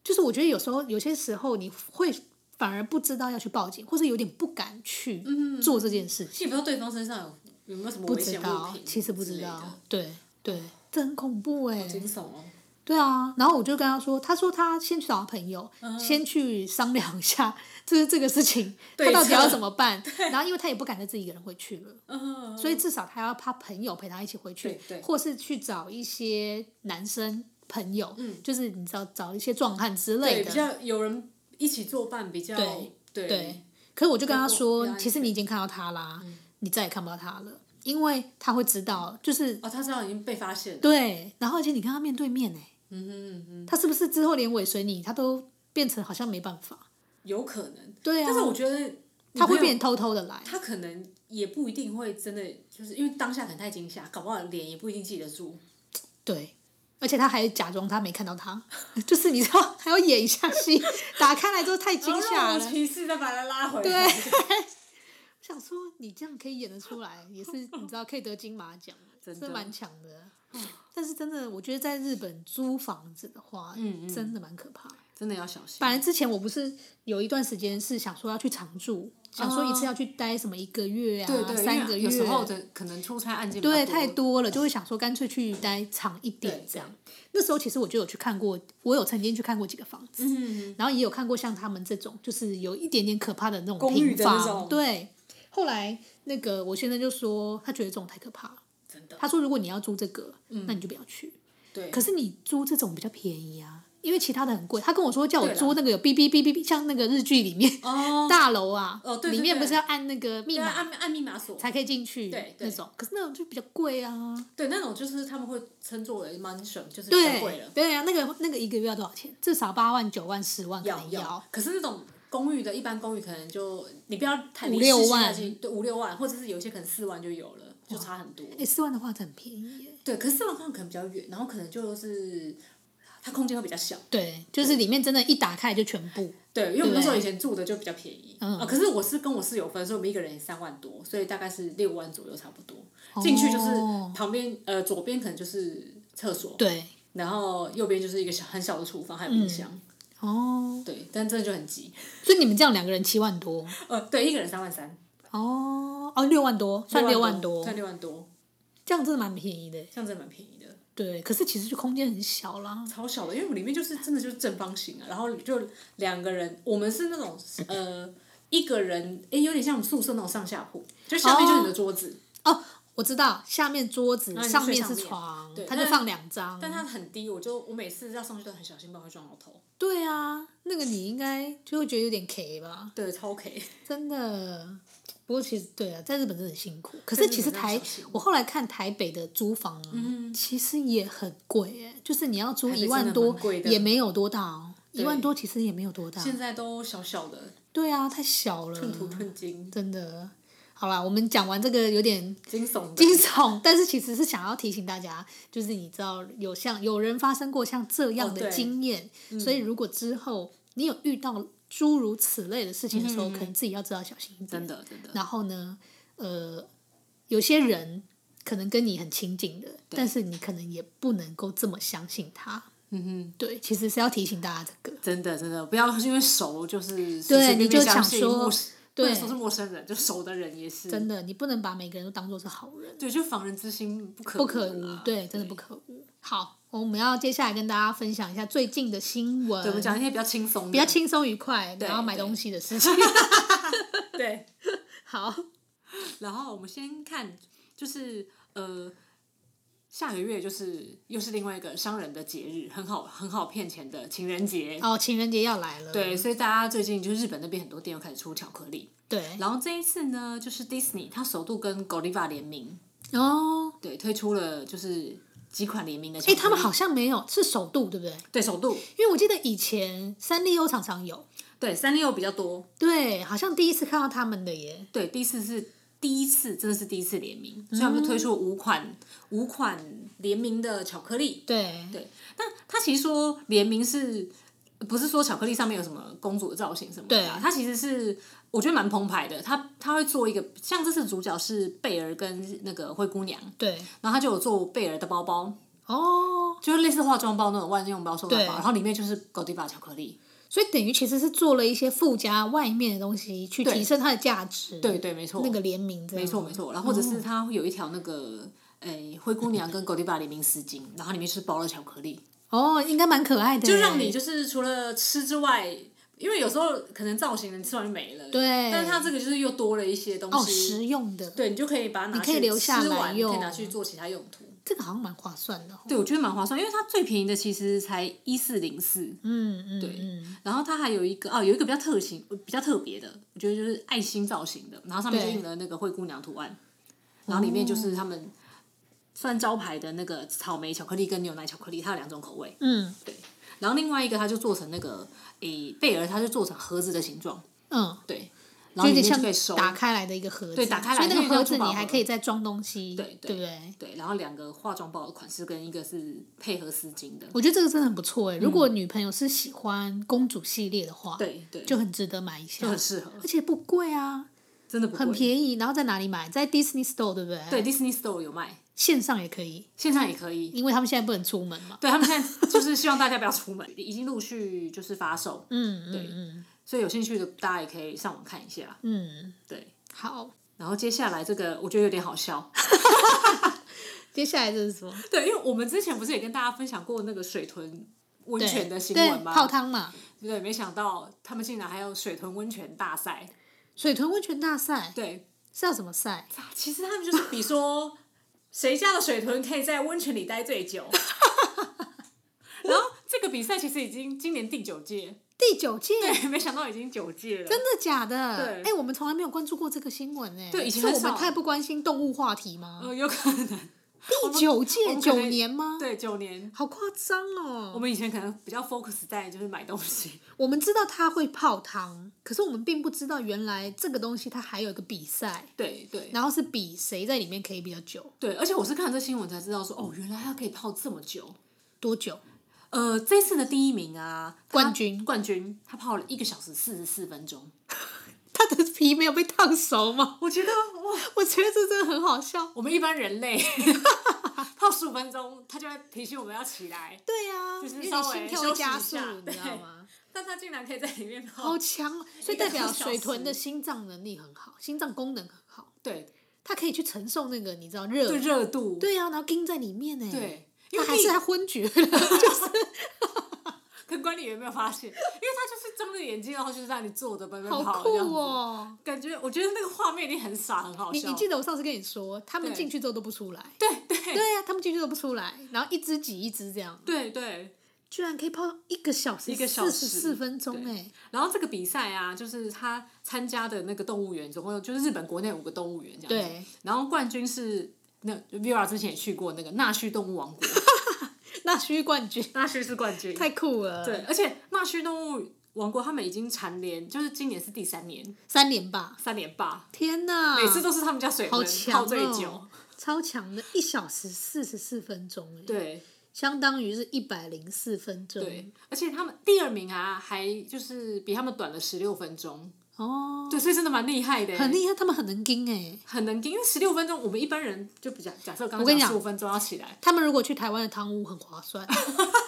A: 就是我觉得有时候有些时候你会反而不知道要去报警，或者有点不敢去做这件事情。
B: 也不知道对方身上有有没有什么
A: 不
B: 嗯危
A: 知
B: 险
A: 道
B: 物品，
A: 其实不
B: 之
A: 知
B: 类的
A: 道，对对，这很恐怖哎、
B: 惊悚哦。
A: 对啊，然后我就跟他说，他说他先去找他朋友，
B: 嗯
A: 先去商量一下， 就是这个事情他
B: 对
A: 到底
B: 策
A: 要怎么办。然后因为他也不敢再自己一个人回去了，
B: 嗯，
A: 所以至少他要他朋友陪他一起回去
B: 对，对
A: 或是去找一些男生朋友，就是你知道找一些壮汉之类
B: 嗯对，比
A: 的，
B: 较有人一起作伴，比较
A: 对
B: 对
A: 对，可是我就跟他
B: 比较
A: 说，
B: 安
A: 其实你已经看到他啦，
B: 嗯
A: 你再也看不到他了，因为他会知道，就是
B: 哦，他知道已经被发现了。
A: 对，然后而且你跟他面对面哎、
B: 嗯哼嗯哼，
A: 他是不是之后连尾随你，他都变成好像没办法？
B: 有可能。
A: 对啊
B: 但是我觉得
A: 他会
B: 你朋友，
A: 变偷偷的来，
B: 他可能也不一定会真的，就是因为当下可能太惊吓，搞不好脸也不一定记得住。
A: 对，而且他还假装他没看到他， 就是你知道还要演一下戏，打开来之后太惊
B: 然后
A: 吓
B: 若无
A: 了。
B: 其事再把他拉回
A: 对
B: 来。，
A: 想说你这样可以演得出来，也是你知道可以得金马奖，
B: 真
A: 是
B: 的哦
A: 蛮强的。但是真的，我觉得在日本租房子的话，
B: 嗯
A: 真的蛮可怕的。
B: 真的要小心。
A: 反正之前我不是有一段时间是想说要去常住，想说一次要去待什么一个月啊，
B: 哦对对，因为
A: 三个月，
B: 有时候的可能出差案件比较
A: 对，
B: 多
A: 太多了，就会想说干脆去待长一点
B: 对
A: 这样。那时候其实我就有去看过，我有曾经去看过几个房
B: 嗯
A: 子，然后也有看过像他们这种，就是有一点点可怕的那种
B: 公寓
A: 平
B: 的那
A: 房。
B: 种
A: 对，后来那个我先生就说，他觉得这种太可怕了。
B: 真的嗯
A: 他说，如果你要租这个，那你就不要去。
B: 对。
A: 可是你租这种比较便宜啊，因为其他的很贵。他跟我说叫我
B: 对啦
A: 租那个有哔哔哔哔哔，像那个日剧里面、
B: 哦，
A: 大楼啊，
B: 哦对对
A: 里面
B: 对
A: 不是要按那个密
B: 对啊，
A: 码
B: 按按密码锁，
A: 才可以进去，
B: 对对
A: 那种。可是那种就比较贵啊。
B: 对那种就是他们会称作为 mansion，就是比较贵
A: 对
B: 了，
A: 对啊，那个那个一个月要多少钱？至少八万、九万、十万可
B: 要
A: 能
B: 要。可是那种公寓的，一般公寓可能就你不要太
A: 五
B: 离
A: 六
B: 市区
A: 万
B: 太近对五六万，或者是有一些可能四万就有了，就差很多。
A: 哎，四万的话很便宜耶。
B: 对，可是四万块可能比较远，然后可能就是它空间会比较小。
A: 对，就是里面真的，一打开就全部。
B: 对，因为我
A: 对
B: 们
A: 嗯
B: 那时候以前住的就比较便宜，啊、可是我是跟我室友分，所以我们一个人也三万多，所以大概是六万左右差不多。进去就是
A: 哦
B: 旁边呃左边可能就是厕所，
A: 对，
B: 然后右边就是一个小很小的厨房，还有冰箱。
A: 嗯哦，
B: 对，但真的就很急。
A: 所以你们这样两个人七万多，
B: 呃，对，一个人三万三，
A: 哦哦六万多，算六万多，
B: 算六万多，
A: 这样真的蛮便宜的。
B: 这样真的蛮便宜的，
A: 对，可是其实就空间很小啦。
B: 超小的，因为我里面就是真的就是正方形啊，然后就两个人，我们是那种呃一个人，诶，有点像我们宿舍那种上下铺，就下面就是你的桌子，
A: 哦，我知道，下面桌子，
B: 那你就
A: 上
B: 睡
A: 面
B: 上
A: 是
B: 面
A: 床
B: 对，
A: 他就
B: 但
A: 放两张。
B: 但它很低，我就我每次要上去都很小心，不然会撞到头。
A: 对啊，那个你应该就会觉得有点 K 吧？
B: 对，超 K，
A: 真的，不过其实对啊，在日本真的很辛苦。可是其实台
B: 在日本真的很辛，苦嗯
A: 我后来看台北的租房啊，其实也很贵诶，就是你要租
B: 台北
A: 一万
B: 真的蛮
A: 多
B: 贵，的
A: 也没有多大哦，一
B: 对
A: 万多其实也没有多大。
B: 现在都小小的，
A: 对啊，太小了，
B: 寸土寸金，
A: 真的。好啦，我们讲完这个有点
B: 惊悚的。
A: 惊悚，但是其实是想要提醒大家，就是你知道有像有人发生过像这样
B: 哦
A: 的
B: 对
A: 经验，所以如果之后你有遇到诸如此类的事情的
B: 嗯
A: 时候，可能自己要知道小心一点。
B: 真的真的，
A: 然后呢，呃，有些人可能跟你很亲近的，但是你可能也不能够这么相信他。
B: 嗯哼，
A: 对，其实是要提醒大家这个。
B: 真的真的，不要因为熟就是随
A: 对
B: 随便
A: 你
B: 便
A: 就
B: 相
A: 想
B: 信
A: 说
B: 陌生
A: 对
B: 不能说是陌生人，就熟的人也是，
A: 真的，你不能把每个人都当做是好人，
B: 对，就防人之心不可啊
A: 不可
B: 无
A: 无
B: 啦。。
A: 对，真的不可无。好，我们要接下来跟大家分享一下最近的新闻，
B: 对，我们讲一些比较轻松的，
A: 比较轻松愉快，
B: 对
A: 然后买
B: 对
A: 东西的事情。
B: 对。
A: 好，
B: 然后我们先看，就是呃，下个月就是又是另外一个商人的节日，很好很好骗钱的情人节。
A: 哦，情人节要来了。
B: 对，所以大家最近就是日本那边很多店又开始出巧克力，
A: 对，
B: 然后这一次呢，就是 Disney 它首度跟 Godiva 联名，
A: 哦，
B: 对，推出了就是几款联名的巧克
A: 哎，
B: 力。
A: 他们好像没有，是首度对不对？
B: 对首度，
A: 因为我记得以前三丽鸥常常有，
B: 对三丽鸥比较多，
A: 对，好像第一次看到他们的耶。
B: 对，第一次是第一次，真的是第一次联名，所以他们就推出了五款五款联名的巧克力。
A: 对，
B: 对，那他其实说联名是。不是说巧克力上面有什么公主的造型什么的啊、
A: 对
B: 它其实是我觉得蛮澎湃的。它它会做一个像这次主角是贝儿跟那个灰姑娘，
A: 对，
B: 然后他就有做贝尔的包包，
A: 哦，
B: 就是类似化妆包那种万用包、收纳
A: 对
B: 包，然后里面就是狗迪巴巧克力。
A: 所以等于其实是做了一些附加外面的东西，去提升它的价值。
B: 对，对，没错，
A: 那个联名这样，
B: 没错没错。然后或者是它会有一条那个诶、灰姑娘跟狗迪巴联名丝巾，然后里面是包了巧克力，
A: 哦，应该蛮可爱的耶，
B: 就让你就是除了吃之外，因为有时候可能造型你吃完就没了，
A: 对
B: 但是它这个就是又多了一些东
A: 哦
B: 西，
A: 实用的，
B: 对你就可以把它拿去
A: 你可以留下
B: 吃
A: 来
B: 完，你可
A: 用
B: 以拿去做其他用途。
A: 这个好像蛮划算的哦。
B: 对，我觉得蛮划算，因为它最便宜的其实才一四零四，
A: 嗯嗯，
B: 对
A: 嗯
B: 然后它还有一个哦，有一个比较特型、比较特别的，我觉得就是爱心造型的，然后上面就
A: 对
B: 印了那个灰姑娘图案，然后里面就是他们算招牌的那个草莓巧克力跟牛奶巧克力，它有两种口味。
A: 嗯
B: 然后另外一个它就做成那个诶贝尔，它就做成盒子的形状，
A: 嗯，
B: 对，
A: 就
B: 然后
A: 有
B: 里
A: 点
B: 面就可
A: 像
B: 以收，
A: 打开来的一个盒子，
B: 对打开来
A: 所以那
B: 因
A: 个
B: 为
A: 盒
B: 它
A: 子
B: 是
A: 你
B: 宝盒
A: 还可以再装东西，
B: 对
A: 对
B: 对
A: 不对？
B: 对，然后两个化妆包的款式跟一个是配合丝巾的，
A: 我觉得这个真的很不错哎，如果
B: 嗯
A: 女朋友是喜欢公主系列的话，，
B: 对对，
A: 就很值得买一
B: 就
A: 下，
B: 很适合，
A: 而且不贵啊，
B: 真的不
A: 很
B: 贵。
A: 便宜。然后在哪里买？在 Disney Store 对不对？
B: 对，，Disney Store 有卖，
A: 线上也可以，
B: 线上也可以。
A: 因为他们现在不能出门嘛。
B: 对他们现在就是希望大家不要出门，已经陆续就是发售，
A: 嗯
B: 对
A: 嗯
B: 所以有兴趣的大家也可以上网看一下。
A: 嗯嗯，
B: 对，
A: 好。
B: 然后接下来这个我觉得有点好笑，
A: 接下来这是什么？
B: 对，因为我们之前不是也跟大家分享过那个水豚温
A: 对
B: 泉的新
A: 对
B: 闻吗？
A: 泡汤嘛，
B: 对，没想到他们竟然还有水豚温泉大赛。
A: 水豚温泉大赛
B: 对，
A: 是要怎么赛？
B: 其实他们就是 比说谁家的水豚可以在温泉里待最久。 然后这个比赛其实已经今年第九届，
A: 第九届，
B: 对，没想到已经九届了。
A: 真的假的？
B: 对
A: 哎，我们从来没有关注过这个新闻哎，
B: 对以前
A: 是
B: 很
A: 我们
B: 少
A: 太不关心动物话题吗？
B: 呃，有可能。
A: 第九
B: 我
A: 届
B: 们可
A: 九
B: 能
A: 年吗？
B: 对，九年。
A: 好夸张
B: 我
A: 哦！
B: 们以前可能比较 focus 在就是买东 西，
A: 我们知道它会泡汤，可是我们并不知道原来这个东西它还有一个比赛，
B: 对对
A: 然后是比谁在里面可以比较久，
B: 对，而且我是看了这新闻才知道说，哦，原来它可以泡这么久。
A: 多久？
B: 呃，这次的第一名啊，他
A: 冠军
B: 冠军，他泡了一个小时四十四分钟，
A: 它的皮没有被烫熟吗？
B: 我觉得哇，
A: 我觉得这真的很好笑。
B: 我们一般 人类泡十五分钟，他就会提醒我们要起来，
A: 对呀、啊，
B: 就是
A: 因为你
B: 稍微
A: 心跳会
B: 休息一
A: 加速
B: 下，
A: 你知道
B: 对
A: 吗？
B: 但他竟然可以在里面泡，
A: 好强哦，所以
B: 一个
A: 代表
B: 多小
A: 水豚的
B: 时
A: 心脏能力很好，心脏功能很好，
B: 对，
A: 它可以去承受那个你知道
B: 就
A: 热，
B: 热度，
A: 对呀、啊，然后钉在里面呢，，
B: 对，因
A: 它
B: 为
A: 还
B: 第
A: 是它昏厥了，
B: 可管理员没有发现，因为他就是睁着眼睛，然后就是让你坐着慢慢
A: 好
B: 跑，
A: 酷
B: 这样子
A: 哦！
B: 感觉我觉得那个画面一定很傻，很好
A: 你
B: 笑。
A: 你记得我上次跟你说，他们
B: 对
A: 进去之后都不出来，
B: 对 对
A: 对呀、啊，他们进去都不出来，然后一只挤一只这样，
B: 对对。
A: 居然可以泡一个小时，
B: 一个小时
A: 四十四分钟
B: 对
A: 哎，
B: 然后这个比赛啊，就是他参加的那个动物园，总共有就是日本国内五个动物园这样。。
A: 对，
B: 然后冠军是那 Vera 之前也去过那个纳须动物 王国，
A: 那须冠军
B: 纳须是冠军。
A: 太酷了，
B: 对，，而且纳须动物王国他们已经蝉联，就是今年是第三年，
A: 三连霸，
B: 三连霸，
A: 天哪，
B: 每次都是他们家水
A: 嗯好
B: 豚
A: 强、哦、
B: 泡最久。
A: 超强的，一小时四十四分钟，哎，，
B: 对
A: 相当于是一百零四分钟，
B: 对，而且他们第二名啊，还就是比他们短了十六分钟。
A: 哦，
B: 对，所以真的蛮厉害的。
A: 很厉害，他们很能盯哎、
B: 很能盯，因为十六分钟，我们一般人就比较假设刚
A: 我跟
B: 刚
A: 你
B: 讲
A: 讲
B: 十五分钟要起来，
A: 他们如果去台湾的汤屋很划 算，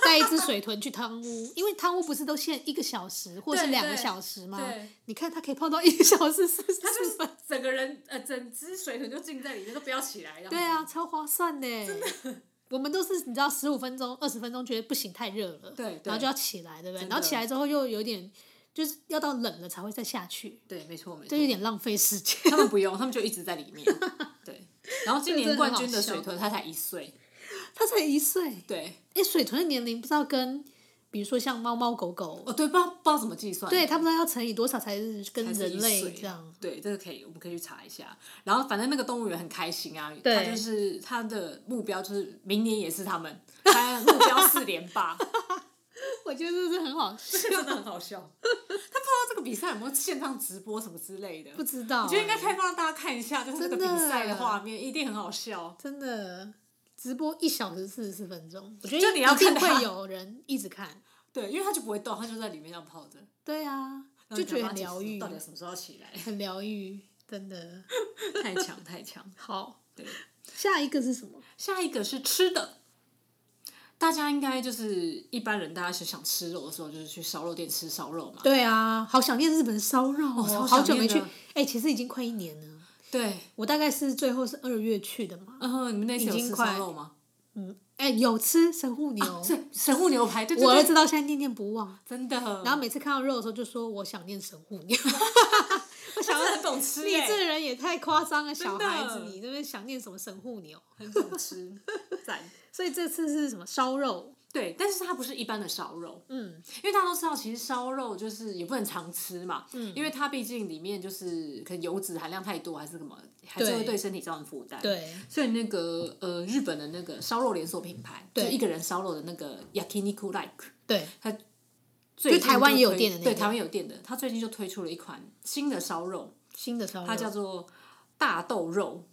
A: 带一只水豚去汤屋，因为汤屋不是都限一个小时或是
B: 对
A: 两个
B: 对
A: 小时吗
B: 对？
A: 你看它可以泡到一个小时四十
B: 他就
A: 四
B: 是
A: 分，
B: 整个人呃整只水豚就浸在里面，都不要起来。
A: 对啊，，超划算的。我们都是你知道十五分钟、二十分钟觉得不行太热了，
B: 对
A: 然后
B: 对
A: 就要起来，对不对？
B: 真
A: 然后
B: 的
A: 起来之后又有点就是要到冷了才会再下去，
B: 对，没错没
A: 这
B: 错
A: 有，点浪费时 间。
B: 他们不用，他们就一直 在里面。对，然后今
A: 这真
B: 年
A: 的很
B: 冠
A: 好
B: 军的
A: 笑
B: 水豚它才一岁，
A: 它才一岁，
B: 对，
A: 哎，水豚的年龄不知道跟比如说像猫猫狗狗，
B: 哦对，不知道不知道怎么计算，
A: 对，它不知道要乘以多少才是跟
B: 还是
A: 人
B: 一
A: 类
B: 岁
A: 这样。。
B: 对，这个可以，我们可以去查一下。然后反正那个动物园很开心啊，
A: 对
B: 他就是他的目标就是明年也是他们，他目标四连 霸，
A: 我觉得这是很好笑，
B: 真的很好笑。他不知道这个比赛有没有线上直播什么之类的，
A: 不知道、欸
B: 我觉得应该开放让大家看一下，就是这个比
A: 真的
B: 赛的画面，一定很好笑。
A: 真的直播一小时四十四分钟，我觉得
B: 就你要
A: 一定
B: 看它
A: 会有人一直看。
B: 对，因为他就不会动，他就在里面这样泡着，
A: 对啊，
B: 然后
A: 就
B: 你
A: 觉得
B: 想
A: 很
B: 说
A: 疗愈
B: 到，底什么时候要起 来？
A: 很疗愈，真的
B: 太强太强。
A: 好。
B: 对，
A: 下一个是什么？
B: 下一个是吃的，大家应该就是一般人，大家是想吃肉的时候，就是去烧肉店吃烧肉嘛。
A: 对啊，好想念日本烧肉
B: 哦超
A: 哦，
B: 想
A: 好久没
B: 念的
A: 去。哎、其实已经快一年了，
B: 对，
A: 我大概是最后是二月去的嘛。
B: 嗯哼，你们那次有
A: 已经
B: 吃
A: 快
B: 烧肉吗？
A: 哎、有吃神户牛，
B: 是哦神户牛嗯排，对对
A: 我儿
B: 对，
A: 子到现在念念不忘。
B: 真的。
A: 然后每次看到肉的时候，就说我想念神户牛。我想
B: 他真的
A: 问
B: 很懂吃
A: 你
B: 耶，
A: 这人也太夸张了，小
B: 的
A: 孩子，你这边想念什么神户牛？
B: 很懂吃，赞。
A: 所以这次是什么烧肉？
B: 对，但是它不是一般的烧肉，
A: 嗯，
B: 因为大家都知道，其实烧肉就是也不能常吃嘛，嗯，因为它毕竟里面就是可能油脂含量太多，还是什么，还是会
A: 对
B: 对身体造成负担。，
A: 对，
B: 所以那个呃，日本的那个烧肉连锁品牌，就
A: 对
B: 一个人烧肉的那个 Yakiniku Like，
A: 对，
B: 最近
A: 就台湾也有
B: 推
A: 店的那
B: 对，
A: 个
B: 台湾有店的，它最近就推出了一款新的烧肉，
A: 新的烧肉，
B: 它叫做大豆肉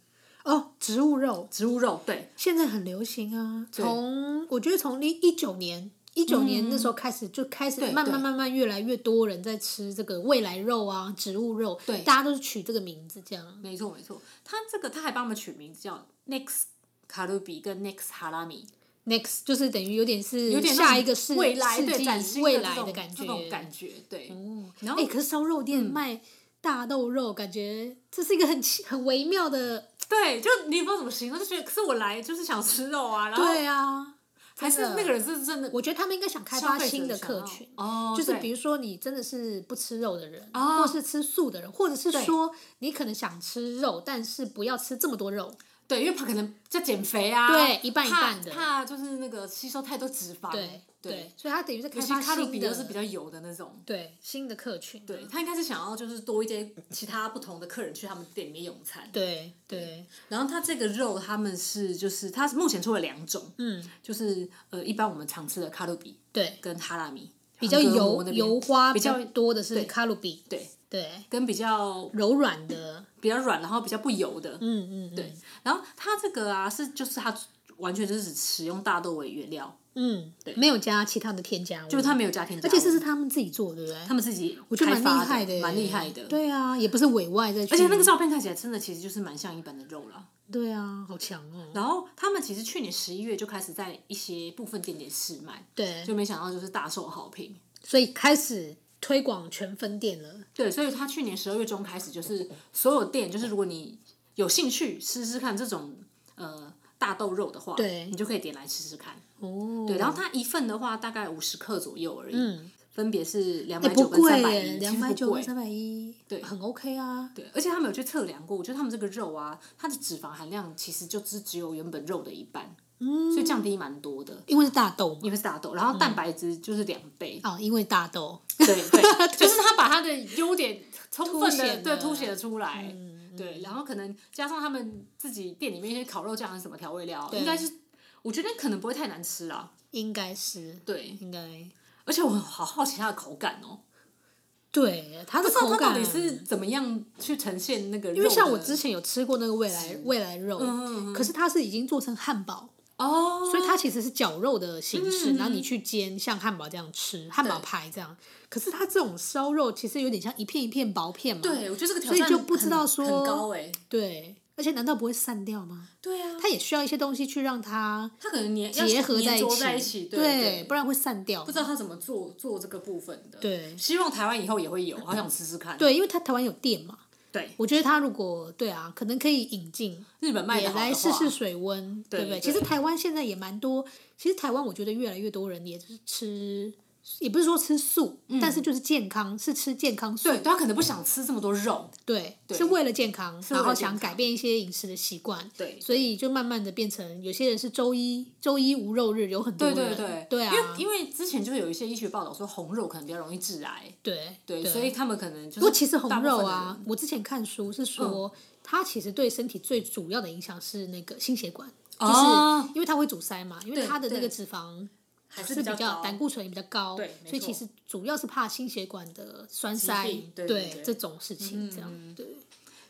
A: 哦植物肉，
B: 植物肉，对，
A: 现在很流行啊。从我觉得从一一九年。一九年那时候开始就开始
B: 对
A: 慢慢
B: 对
A: 慢慢越来越多人在吃这个未来肉啊、植物肉，
B: 对
A: 大家都是取这个名字这样。
B: 没错没错，它这个它还帮我们取名字叫 Next。卡路比跟 Next 哈拉米，
A: Next 就是等于有点是
B: 有点那种
A: 下一个世
B: 未来
A: 世
B: 对崭
A: 纪
B: 新
A: 未
B: 这
A: 来
B: 种
A: 的感觉，
B: 这种感觉对。
A: 哦，然
B: 然后
A: 后
B: 嗯
A: 哎、可是烧肉店卖大豆肉，感觉这是一个很奇很微妙的，
B: 对，就你也不知道怎么形容，就觉得可是我来就是想吃肉啊，然后
A: 对啊，
B: 还是
A: 真的
B: 那个人是真的
A: 我觉得他们应该想开
B: 消
A: 发
B: 费者
A: 新的
B: 想
A: 客
B: 要
A: 群。
B: 哦，
A: 就是
B: 对
A: 比如说，你真的是不吃肉的人，
B: 哦
A: 或是吃素的人，或者是
B: 对
A: 说你可能想吃肉，但是不要吃这么多肉。
B: 对，因为可能在减肥啊，
A: 对一半一
B: 怕
A: 半的
B: 怕就是那个吸收太多脂肪，
A: 对
B: 对，
A: 所以他等于在开
B: 尤其
A: 发
B: 卡路
A: 新
B: 比又
A: 的，嗯
B: 是比较油的那种。
A: 对新的客群。
B: 对他应该是想要就是多一些其他不同的客人去他们店里面用餐，
A: 对对，
B: 然后他这个肉他们是就是他目前出了两种，
A: 嗯，
B: 就是呃一般我们常吃的卡路比
A: 对，
B: 跟哈拉米，
A: 比较
B: 韩国
A: 油
B: 那边
A: 油花
B: 比较
A: 多的是
B: 对
A: 卡路比，
B: 对，
A: 对，
B: 跟比较
A: 柔软的，
B: 比较软，然后比较不油的，
A: 嗯嗯，嗯
B: 对，然后它这个啊是就是它完全就是只使用大豆为原料，
A: 嗯，没有加其他的添加物，
B: 就是它没有加添加
A: 而
B: 物，
A: 且这是他们自己做的，对不对？
B: 他们自己
A: 我觉得
B: 开
A: 蛮
B: 发
A: 厉害
B: 的，
A: 耶
B: 蛮厉害的。
A: 对啊，也不是委外在去，
B: 而且那个照片看起来真的其实就是蛮像一般的肉了。
A: 对啊，好强哦，
B: 然后他们其实去年十一月就开始在一些部分店点试卖，
A: 对，
B: 就没想到就是大受好评。
A: 所以开始推广全分店了，
B: 对，所以他去年十二月中开始，就是所有店，就是如果你有兴趣试试看这种呃大豆肉的话，
A: 对
B: 你就可以点来试试看。
A: 哦，
B: 对，然后它一份的话大概五十克左右而已，
A: 嗯
B: 分别是两
A: 哎
B: 百
A: 不
B: 九跟
A: 贵
B: 三百
A: 耶，
B: 一，
A: 两百
B: 其实
A: 九
B: 不
A: 跟
B: 贵。
A: 三百一，
B: 对
A: 很 OK 啊，
B: 对，而且他们有去测量过，我觉得他们这个肉啊，它的脂肪含量其实就只只有原本肉的一半，嗯，所以降低蛮多的。
A: 因为是大豆嘛，
B: 因为是大豆，然后蛋白质就是两倍，
A: 哦，因为大豆，
B: 对对，就是他把他的优点充分
A: 凸显
B: 的
A: 了嗯
B: 对凸显了出来，对，然后可能加上他们自己店里面一些烤肉酱还是什么调味料，
A: 对
B: 应该是我觉得可能不会太难吃啦，
A: 应该是，
B: 对，
A: 应该。
B: 而且我好好奇它的口感哦、
A: 对它的
B: 不知道
A: 口
B: 它
A: 感
B: 到底是怎么样去呈现那个肉的，嗯
A: 因为
B: 因
A: 像我之前有吃过那个未来未来肉，可是它是已经做成汉堡，
B: 哦，
A: 所以它其实是绞肉的形式，
B: 嗯
A: 然后你去煎，像汉堡这样吃，汉堡排这样。可是它这种烧肉其实有点像一片一片薄片嘛，
B: 对我觉得这个挑
A: 所以
B: 战
A: 就不知
B: 很
A: 道说
B: 很高哎、
A: 对而且难道不会散掉吗？
B: 对啊，
A: 它也需要一些东西去让它
B: 它可能粘要
A: 结合在
B: 粘
A: 一
B: 着
A: 起，
B: 在一起，
A: 对
B: 对，
A: 不然会散掉。
B: 不知道他怎么做做这个部分的，，
A: 对
B: 希望台湾以后也会有，好想试试看，
A: 对，因为它台湾有店嘛，
B: 对，
A: 我觉得它如果对啊，可能可以引进。
B: 日本卖
A: 也
B: 的好的
A: 来试
B: 话
A: 试水温，对不
B: 对
A: 对？
B: 对
A: 其实台湾现在也蛮多，其实台湾我觉得越来越多人也是吃，也不是说吃素，但是就是健康，是吃健康素，
B: 嗯对，他可能不想吃这么多肉，
A: 对，
B: 对
A: 是为了健康，
B: 为
A: 然
B: 了
A: 后
B: 健
A: 想
B: 康
A: 改变一些饮食的习惯，
B: 对
A: 所以就慢慢的变成有些人是周一周一无肉日，有很多
B: 对
A: 人，
B: 对对，
A: 对
B: 因为
A: 啊，
B: 因为之前就是有一些医学报道说红肉可能比较容易致癌，
A: 对
B: 对，所以。他们可能就是，
A: 不过其实红
B: 大部分
A: 肉
B: 的
A: 啊
B: 人，，嗯
A: 我之前看书是说，它其实对身体最主要的影响是那个心血管，
B: 哦
A: 就是因为它会阻塞嘛，因为
B: 对
A: 它的那
B: 对
A: 个脂肪
B: 还
A: 是
B: 比
A: 比较
B: 高
A: 胆固醇也比较高，
B: 对没
A: 所以其
B: 错
A: 实主要是怕心血管的栓
B: 疾
A: 塞
B: 病，对对对嗯
A: 这种事情这样，对。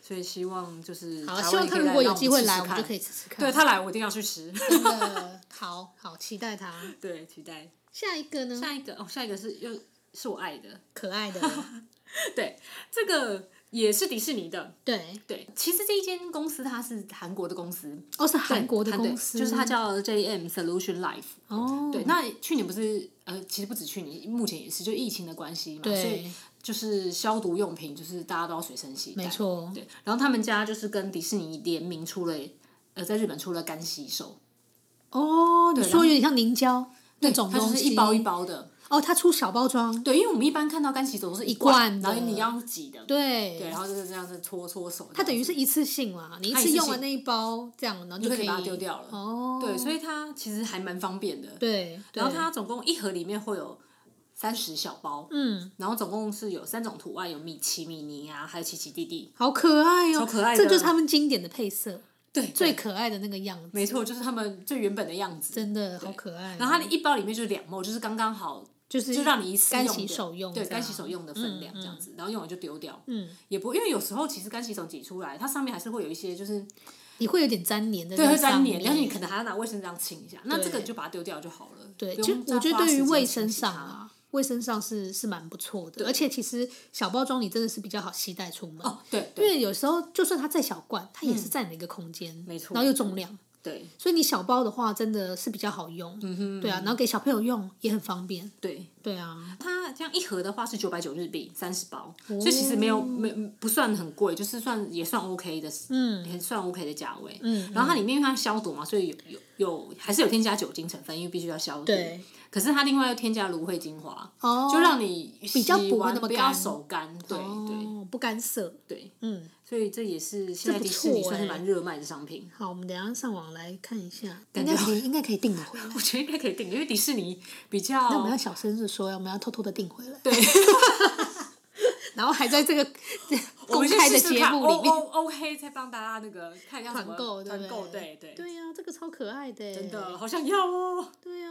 B: 所以希望就是
A: 好，
B: 台湾
A: 希望
B: 也
A: 他
B: 可以
A: 如果有
B: 让
A: 机
B: 们
A: 会
B: 试试
A: 来，我们就
B: 看
A: 可以吃吃看。
B: 对他来，我一定要去吃。
A: 真的好好期待他。
B: 对，期待
A: 下一个呢？
B: 下一个哦，下一个是又是我爱的，
A: 可爱的
B: 对这个也是迪士尼的。
A: 对，
B: 对，其实这一间公司它是韩国的公司，
A: 哦，是韩国的
B: 对
A: 公司，
B: 就是它叫 JM Solution Life。
A: 哦，
B: 对，那去年不是呃，其实不止去年，目前也是，就疫情的关系嘛，所以
A: 对，
B: 就是消毒用品，就是大家都要随身携带。
A: 没。错，
B: 对，然后他们家就是跟迪士尼联名出了，呃，在日本出了干洗手，
A: 哦，你
B: 对
A: 说
B: 然后
A: 有点像凝胶那种
B: 它就
A: 东
B: 是
A: 西，
B: 一包一包的。
A: 哦，它出小包装，
B: 对，因为我们一般看到干洗手都是一
A: 一罐的
B: 然后你要挤的，
A: 对，
B: 对，然后就是这样子搓搓手这样子。
A: 它等于是一次性啦，你一
B: 它
A: 次
B: 一次
A: 用完
B: 性
A: 那一包，这样然后
B: 就
A: 可
B: 可
A: 以
B: 以把它丢掉了。
A: 哦，
B: 对，所
A: 以
B: 以它其实还蛮方便的。
A: 对，
B: 然后
A: 对
B: 它总共一盒里面会有三十小包，
A: 嗯，
B: 然后总共是有三种图案，有米奇、米妮啊，还有奇奇弟弟。
A: 好可爱哦，
B: 超可爱
A: 这
B: 的
A: 就是他们经典的配色，
B: 对，
A: 最
B: 对
A: 可爱的那个样子，
B: 没错，就是他们最原本的样子。
A: 真的好可爱哦。
B: 然后它的一包里面就是两毛，就是刚刚好，
A: 就是
B: 就让你一次
A: 干
B: 用
A: 洗
B: 的
A: 手用
B: 对，
A: 这样
B: 干洗手用的分量
A: 嗯
B: 这样子，然后用完就丢掉。
A: 嗯，
B: 也不因为有时候其实干洗手挤出来，它上面还是会有一些就是
A: 你会有点粘黏的，
B: 对会
A: 粘
B: 粘黏，但是你可能还要拿卫生纸这样清一下。那这个
A: 对
B: 你就把它丢掉就好了。
A: 对，
B: 不
A: 其实
B: 用再
A: 我觉得
B: 花
A: 对于
B: 时间
A: 卫
B: 清
A: 生
B: 洗
A: 上
B: 它
A: 啊，卫生上是是蛮不错的，而且其实小包装你真的是比较好携带出门，
B: 哦，对
A: 因
B: 对
A: 为有时候就算它再小罐，它也是占了一个空间，
B: 没错
A: 然后又重量，
B: 对
A: 所以你小包的话真的是比较好用，嗯哼，对啊，然后给小朋友用也很方便，
B: 对，
A: 对啊，
B: 它这样一盒的话是九百九日币，三十包，
A: 哦
B: 所以其实没有没不算很贵，就是算也算 OK 的，嗯，也算 OK 的价位。
A: 嗯，
B: 然后它里面因为它消毒嘛，所以有有有还是有添加酒精成分，因为必须要消毒。
A: 对。
B: 可是它另外又添加芦荟精华，
A: 哦，
B: 就让你比
A: 较不会那么
B: 不要
A: 干
B: 手干。对对
A: 哦不干涉，
B: 对，
A: 嗯，
B: 所以这也是现在
A: 不
B: 迪士尼
A: 错
B: 算是
A: 欸
B: 蛮热卖的商品。
A: 好，我们等一下上网来看一下，应
B: 感
A: 该
B: 觉
A: 可以，应该可以订得回来。
B: 我觉得应该可以订，因为迪士尼比
A: 那我们要
B: 较
A: 小声的说，我们要偷偷的订回来。对， 然后还在这个
B: 我
A: 公
B: 们先
A: 开的
B: 试试
A: 节
B: 看
A: 目里
B: O
A: 面
B: O OK，再帮大家那个看一下什
A: 哦团
B: 么
A: 购，对
B: 团
A: 不
B: 购，
A: 对
B: 对对
A: 对啊，这个超可爱的，真
B: 真的，好想要哦，
A: 对啊，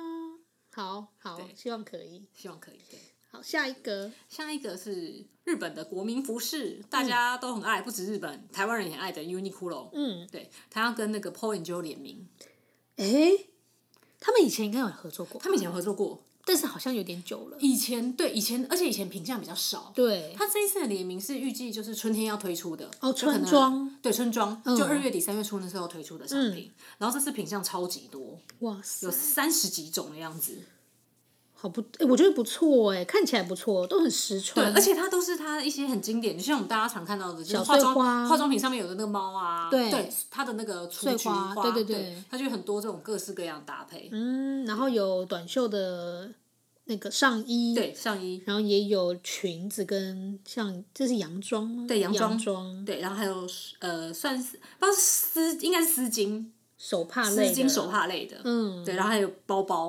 A: 好好，希望可以。
B: 希望可以。对，
A: 好，下一个
B: 下一个是日本的国民服饰，大家都很爱，不止日本，台湾人也爱的 Uniqlo。
A: 嗯，
B: 对，他要跟那个 Paul and Joe 联名，
A: 诶，他们以前应该有合作过，
B: 他们以前合作过，
A: 但是好像有点久了。
B: 以前对以前，而且以前品相比较少。
A: 对，
B: 他这一次的联名是预计就是春天要推出的
A: 哦
B: 就可能
A: 春装
B: 对春装，就
A: 嗯
B: 二月底三月初那时候推出的商品，然后这次品相超级多，
A: 哇塞
B: 有，三十几种的样子，
A: 好不，诶我觉得不错哎，看起来不错，都很实
B: 对，
A: 穿。
B: 而且它都是它一些很经典，就像我们大家常看到的，就
A: 嗯
B: 是
A: 小
B: 化
A: 碎
B: 妆
A: 花
B: 化妆品上面有的那个猫啊，
A: 对
B: 它的那个雏
A: 碎
B: 菊
A: 花
B: 花，
A: 对对对
B: 对，它就有很多这种各式各样的搭配，
A: 嗯，然后有短袖的那个上衣，
B: 对，上衣，
A: 然后也有裙子跟像这是洋装吗？
B: 对洋装
A: 装、
B: 对，然后还有呃，算是不知道是丝，应该是丝巾，
A: 手帕
B: 丝
A: 类的，
B: 巾手帕类的，
A: 嗯，
B: 对，然后还有包包，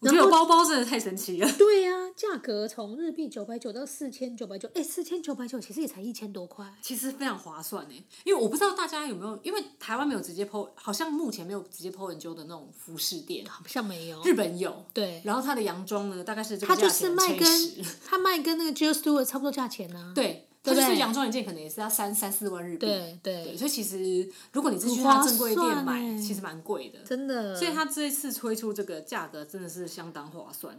B: 我
A: 然
B: 觉得有
A: 后
B: 包包真的太神奇了。
A: 对呀、价格从日币九百九到四千九百九，哎，四千九百九其实也才一千多块。
B: 其实非常划算呢，因为我不知道大家有没有，因为台湾没有直接 PO，好像目前没有直接 PO 研究的那种服饰店，
A: 好像没有，
B: 日本有，
A: 对，
B: 然后它的洋装呢，大概是这个
A: 它
B: 价
A: 就是
B: 钱
A: 卖
B: 乘以
A: 跟
B: 十，
A: 它卖跟那个 Jill Stewart 差不多价钱呢、啊。
B: 对，
A: 对
B: 它
A: 不
B: 就
A: 对
B: 是洋装一件可能也是要三三四万日币。
A: 对对
B: 对，所以其实如果你是去
A: 很划
B: 它正规店
A: 算
B: 买
A: 欸，
B: 其实蛮贵的。
A: 真的，
B: 所以它这一次推出这个价格真的是相当划算。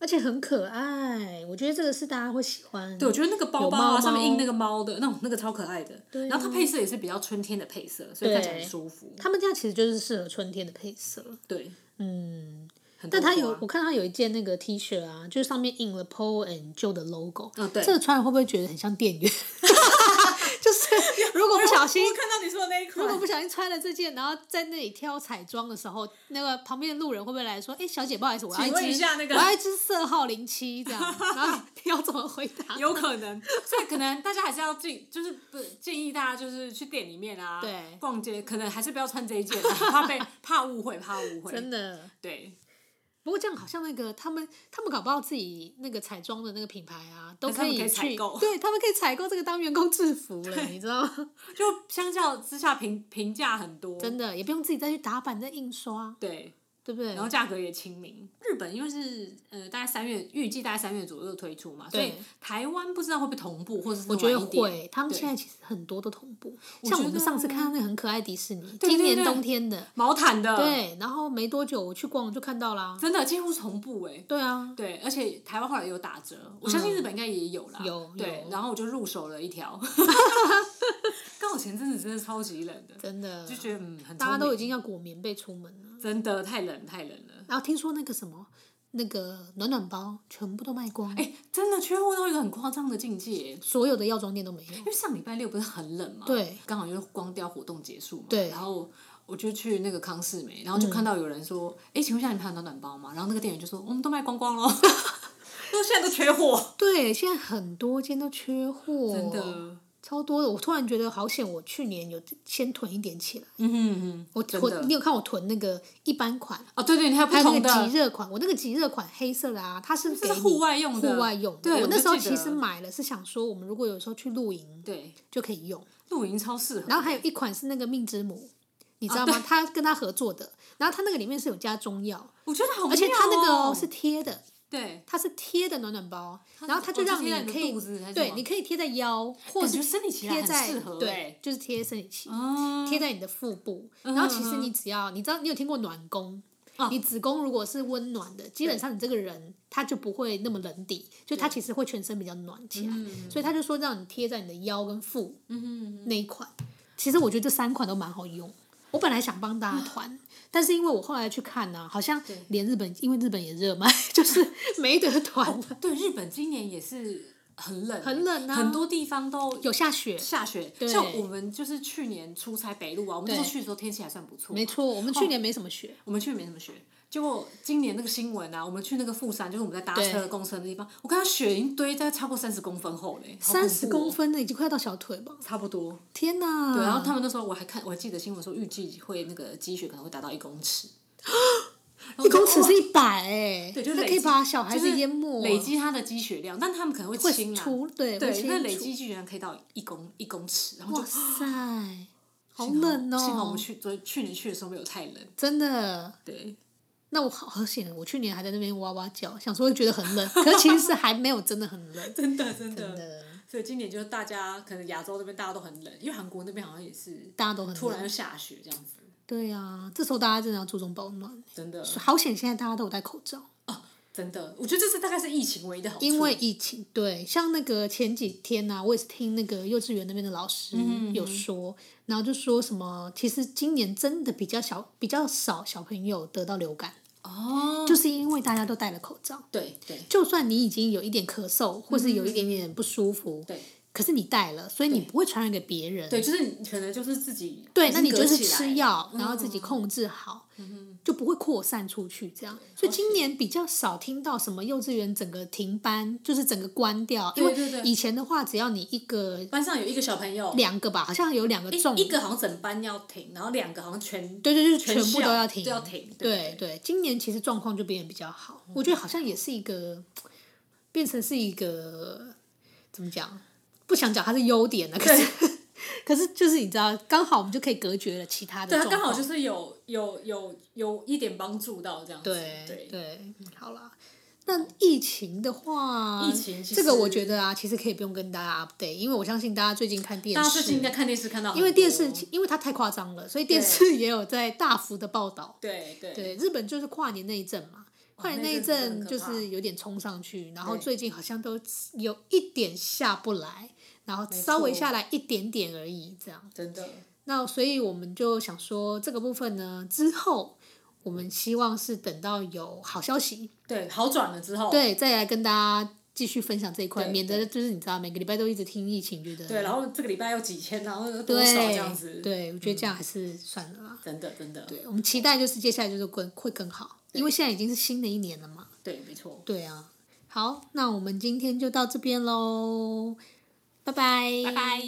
A: 而且很可爱，我觉得这个是大家会喜欢。
B: 对，我觉得那个包包
A: 有猫猫
B: 啊，上面印那个猫的那种，那个超可爱的。
A: 对啊
B: 然后它配色也是比较春天的配色，所以看起来很舒服。
A: 他们家其实就是适合春天的配色。
B: 对，
A: 嗯，
B: 很多啊
A: 但他
B: 花
A: 有，我看他有一件那个 T 恤啊，就是上面印了 Paul and Joe 的 logo。
B: 嗯对
A: 这个穿了会不会觉得很像店员？ 就是如果不小心，
B: 我看到你说的那一
A: 如
B: 款
A: 果不小心穿了这件，然后在那里挑彩妆的时候，那个旁边的路人会不会来说：“哎，小姐，不好意思，我要
B: 请问
A: 一
B: 一
A: 支，
B: 下那个
A: 我要一支色号零七 这样。”然后你要怎么回答？
B: 有可能， 所以可能大家还是要进，就是不建议大家就是去店里面啊，
A: 对
B: 逛街可能还是不要穿这一件 啊，怕被怕误会，怕误会，
A: 真的。
B: 对，
A: 不过这样好像那个他们，他们搞不好自己那个彩妆的那个品牌啊，都
B: 还是他们可
A: 以
B: 以采
A: 去，
B: 购
A: 对他们可以采购这个当员工制 服了，你知道吗？
B: 就相较之下评评价很多，
A: 真的也不用自己再去打版再印刷，
B: 对，
A: 对不对
B: 然？后价格也亲民。日本因为是呃大概三月预计大概三月左右推出嘛，所以
A: 对
B: 台湾不知道会不会同步，或者是
A: 我觉得
B: 晚一点
A: 会，他们
B: 对
A: 现在其实很多都同步。像我
B: 觉
A: 们
B: 得啊
A: 上次看到那个很可爱迪士尼，
B: 对嗯
A: 今
B: 对
A: 年
B: 对
A: 冬天的，
B: 毛毯的，，
A: 对，然后没多久我去逛就看到啦。
B: 真的几乎是同步哎、
A: 对啊，
B: 对，而且台湾后来有打折，我相信日本应该也有啦。
A: 嗯有
B: 对，
A: 有
B: 然后我就入手了 一条。刚好前阵子真的超级冷的，
A: 真的
B: 就，觉得嗯，很
A: 大家都已
B: 经
A: 经要裹棉被出门了。
B: 真的太冷太冷了。
A: 然后听说那个什么，那个暖暖包全部都卖光，
B: 哎、真的缺货到一个很夸张的境界耶，
A: 所有的药妆店都没 有
B: 因。为上礼拜六不是很冷嘛，
A: 对，
B: 刚好就是光雕活动结束嘛，
A: 对嗯
B: 然后。我就去那个康士美，然后就看到有人说：“哎、请问一下，你们还有暖暖包吗？”然后那个店员就说：“我们都卖光光 了，都现在都缺货，
A: 对，现在很多间都缺货，
B: 真的。”
A: 超多的。我突然觉得好险，我去年有先囤一点起来。
B: 嗯哼嗯哼，
A: 我
B: 真
A: 囤，
B: 的
A: 你有看我囤那个一般款，
B: 哦，对对，你还有不
A: 还有
B: 同
A: 那
B: 的，
A: 个极热款，我那个极热款黑色的啊，它是
B: 这
A: 给
B: 是
A: 你
B: 户外用的啊
A: 户外用的。
B: 对
A: 我
B: 我
A: 那
B: 就
A: 时候
B: 记
A: 其
B: 得
A: 实买了是想说，我们如果有时候去露营
B: 对，
A: 就可以用。
B: 露营超适合。
A: 然后还有一款是那个命之母，你知道
B: 哦
A: 吗？他跟他合作的，然后他那个里面是有加中药，
B: 我觉得好、哦，
A: 而且他那个哦是贴的，
B: 对，
A: 它是贴的暖暖包，然后它
B: 它
A: 就
B: 哦
A: 让
B: 贴在你的
A: 可以
B: 肚子还是
A: 对，
B: 什么
A: 你可以贴在腰，或
B: 感
A: 是
B: 觉生理期来
A: 贴
B: 很
A: 在
B: 适合
A: 对
B: 欸，
A: 就是贴生理期，
B: 嗯，
A: 贴在你的腹部。然后其实你只要你知道，你有听过暖宫。
B: 哦
A: 你子宫如果是温暖的，基本上你这个人他就不会那么冷底，就他其实会全身比较暖起来，所以他就说让你贴在你的腰跟腹
B: 嗯
A: 那一款。其实我觉得这三款都蛮好用。我本来想帮
B: 啊
A: 大家团，但是因为我后来去看呢、好像连日本，因为日本也热卖， 就是没得团了。
B: 哼，对，日本今年也是很冷欸，
A: 很冷啊
B: 很多地方都
A: 有下雪，
B: 下雪。
A: 对
B: 像我们就是去年出差北路啊，我们那时候
A: 对
B: 去的时候天气还算不错，
A: 没错，我们
B: 哦
A: 去年没什么雪，
B: 我们去没什么雪，结果今年那个新闻啊，我们去那个富山，就是我们在搭车
A: 对
B: 公车的地方，我看到雪已经堆在超过三十公分厚嘞，好恐
A: 三
B: 怖哦
A: 十公分的已经快到小腿吧？
B: 差不多。
A: 天哪！
B: 对，然后他们那时候我还看，我还记得新闻说预计会那个积雪可能会达到一公尺，
A: 一公尺是一百哎，
B: 哦对，就
A: 那
B: 累
A: 可以
B: 积
A: 把小孩
B: 就
A: 子
B: 是
A: 淹没，
B: 累积它的积雪量，但他们可能会
A: 会
B: 清啦，啊
A: 除对会
B: 对，
A: 清
B: 那累
A: 除
B: 积居然可以到一公一公尺，然后
A: 哇
B: 就
A: 塞，好冷
B: 幸好我
A: 哦
B: 们，去昨去年去的时候没有太冷，
A: 真的。
B: 对，。
A: 那我好好险，我去年还在那边哇哇叫，想说会觉得很冷，可是其实还没有真的很冷
B: 真的真
A: 真
B: 的，
A: 的，
B: 所以今年就是大家可能亚洲那边大家都很冷，因为韩国那边好像也是
A: 大家都很
B: 突然
A: 冷。
B: 就下雪这样子，
A: 对啊，这时候大家真的要注重保暖。欸
B: 真的
A: 好险，现在大家都有戴口罩，
B: 真的，我觉得这是大概是疫情唯一的好处，
A: 因为疫情。对，像那个前几天呢、啊，我也是听那个幼稚园那边的老师
B: 嗯
A: 有说，然后就说什么，其实今年真的比较小，比较少小朋友得到流感，
B: 哦，
A: 就是因为大家都戴了口罩。
B: 对对
A: 就算你已经有一点咳嗽，或是有一点点不舒服，
B: 嗯对
A: 可是你戴了，所以你不会传染给别人。
B: 对，就是你可能就是自己
A: 对，
B: 已
A: 那
B: 经
A: 你
B: 隔
A: 就是
B: 起来嗯
A: 吃
B: 了
A: 药，然后自己控制好，就不会扩散出去。这样，所以今年比较少听到什么幼稚园整个停班，就是整个关掉，因
B: 对
A: 为
B: 对对
A: 以前的话，只要你一个、
B: 班上有一个小朋友，
A: 两个吧，好像有两个中，
B: 一个好像整班要停，然后两个好像全
A: 对对对，
B: 全
A: 全部
B: 校
A: 都要停，
B: 都要停对
A: 对
B: 嗯
A: 对，今年其实状况就变得比较好，我觉得好像也是一个变成是一个怎么讲，不想讲它是优点啊呢，可是可是就是你知道，刚好我们就可以隔绝了其他的
B: 对
A: 状
B: 他
A: 况，
B: 刚好就是有有有有一点帮助到这样子，
A: 对
B: 对嗯
A: 对，好啦。那疫情的话，
B: 疫情其
A: 这个
B: 实
A: 我觉得啊，其实可以不用跟大家 update，因为我相信大家最近看电视，
B: 大家最近应该看电视看到很多，
A: 因为电视因为它太夸张了，所以电视也有在大幅的报道。
B: 对对
A: 对，日本就是跨年那一阵嘛，跨年
B: 那
A: 那
B: 一
A: 一
B: 阵子真
A: 阵
B: 的
A: 就
B: 很可怕
A: 是有点冲上去，然后
B: 对
A: 最近好像都有一点下不来，然后稍微
B: 错
A: 下来一点点而已，这样。
B: 真的
A: 那所以我们就想说，这个部分呢，之后我们希望是等到有好消息，
B: 对好转了之后，
A: 对，再来跟大家继续分享这一块，
B: 对
A: 免得就是你知道每个礼拜都一直听疫情，觉得
B: 对然后这个礼拜有几千，然后又多
A: 对
B: 少这样子，嗯
A: 对，我觉得这样还是算了啦。
B: 真的真的
A: 对，我们期待就是接下来就是更会更好，因为现在已经是新的一年了嘛。
B: 对，没错，
A: 对啊，好，那我们今天就到这边喽，拜拜，
B: 拜拜。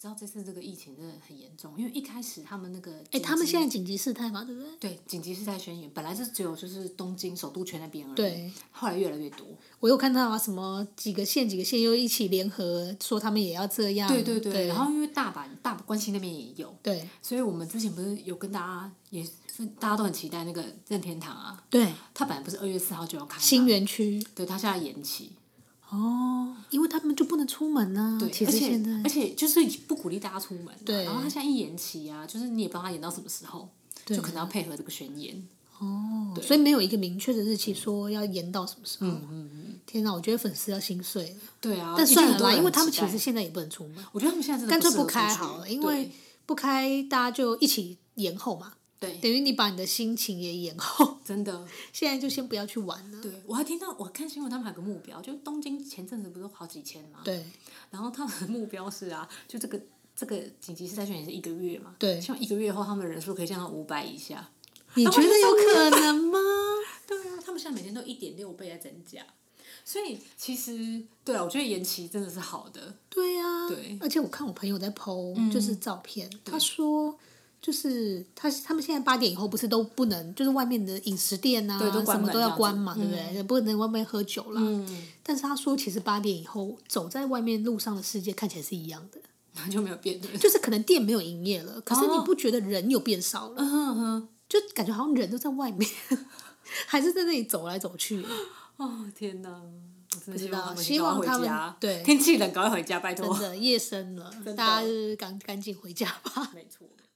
B: 知道这次这个疫情真的很严重，因为一开始他们那个
A: 哎，
B: 紧
A: 他们
B: 急
A: 现在紧急事态嘛，对不对？
B: 对紧急事态宣言，本来是只有就是东京首都圈那边而已，
A: 对，
B: 后来越来越多，
A: 我有看到啊，什么几个县几个县又一起联合说他们也要这样，
B: 对对对，
A: 嗯对
B: 然后因为大阪大阪关西那边也有，
A: 对
B: 所以我们之前不是有跟大家也大家都很期待那个任天堂啊，
A: 对，
B: 它本来不是二月四号就要开吗
A: 新，园区
B: 对，它现在延期。
A: 哦，因为他们就不能出门呢、
B: 对，
A: 嗯其实现在
B: 而且而且就是不鼓励大家出门、啊，
A: 对
B: 然后他现在一延期啊，就是你也不知道他延到什么时候，
A: 对
B: 就可能要配合这个宣言。
A: 哦所以没有一个明确的日期说要延到什么时候。
B: 嗯嗯，
A: 天哪，我觉得粉丝要心碎了。
B: 对啊，
A: 但算了
B: 一定很多
A: 啦，
B: 人
A: 因为他们
B: 期
A: 其
B: 待
A: 实，现在也不能出门，
B: 我觉得他们现在真的
A: 干脆
B: 不适合
A: 开
B: 出去
A: 好了，因为不开大家就一起延后嘛，
B: 对对
A: 等于你把你的心情也延后。
B: 真的。
A: 现在就先不要去玩了。
B: 对，我还听到我看新闻，他们还有个目标，就东京前阵子不是好几千嘛，
A: 对
B: 然后他们的目标是啊，就这个这个紧急事态宣言是一个月嘛，
A: 对
B: 希望一个月后他们人数可以降到五百以下。
A: 你觉得有可能吗？
B: 对啊，他们现在每天都一点六倍在增加，所以其实对啊，我觉得延期真的是好的。
A: 对呀、啊，
B: 对嗯
A: 而且我看我朋友在 PO 就是照片，他说就是他他们现在八点以后不是都不能，就是外面的饮食店啊，
B: 对都关
A: 什
B: 门
A: 么都要关嘛，
B: 这
A: 对
B: 样
A: 不
B: 子
A: 对？不能外面喝酒啦。
B: 嗯，
A: 但是他说，其实八点以后走在外面路上的世界看起来是一样的，
B: 那就没有变对不对。
A: 就是可能店没有营业了，可是你
B: 哦
A: 不觉得人有变少了？
B: 嗯哼哼，
A: 就感觉好像人都在外面， 还是在那里走来走去。
B: 哦天哪！我真的
A: 知
B: 希望
A: 道
B: 他们
A: 希望
B: 赶快
A: 他
B: 回
A: 们
B: 家，
A: 对
B: 天气冷，赶快回家，拜
A: 真
B: 托。
A: 的夜深了，
B: 的
A: 大家就是赶赶紧回家吧。
B: 没错，没错。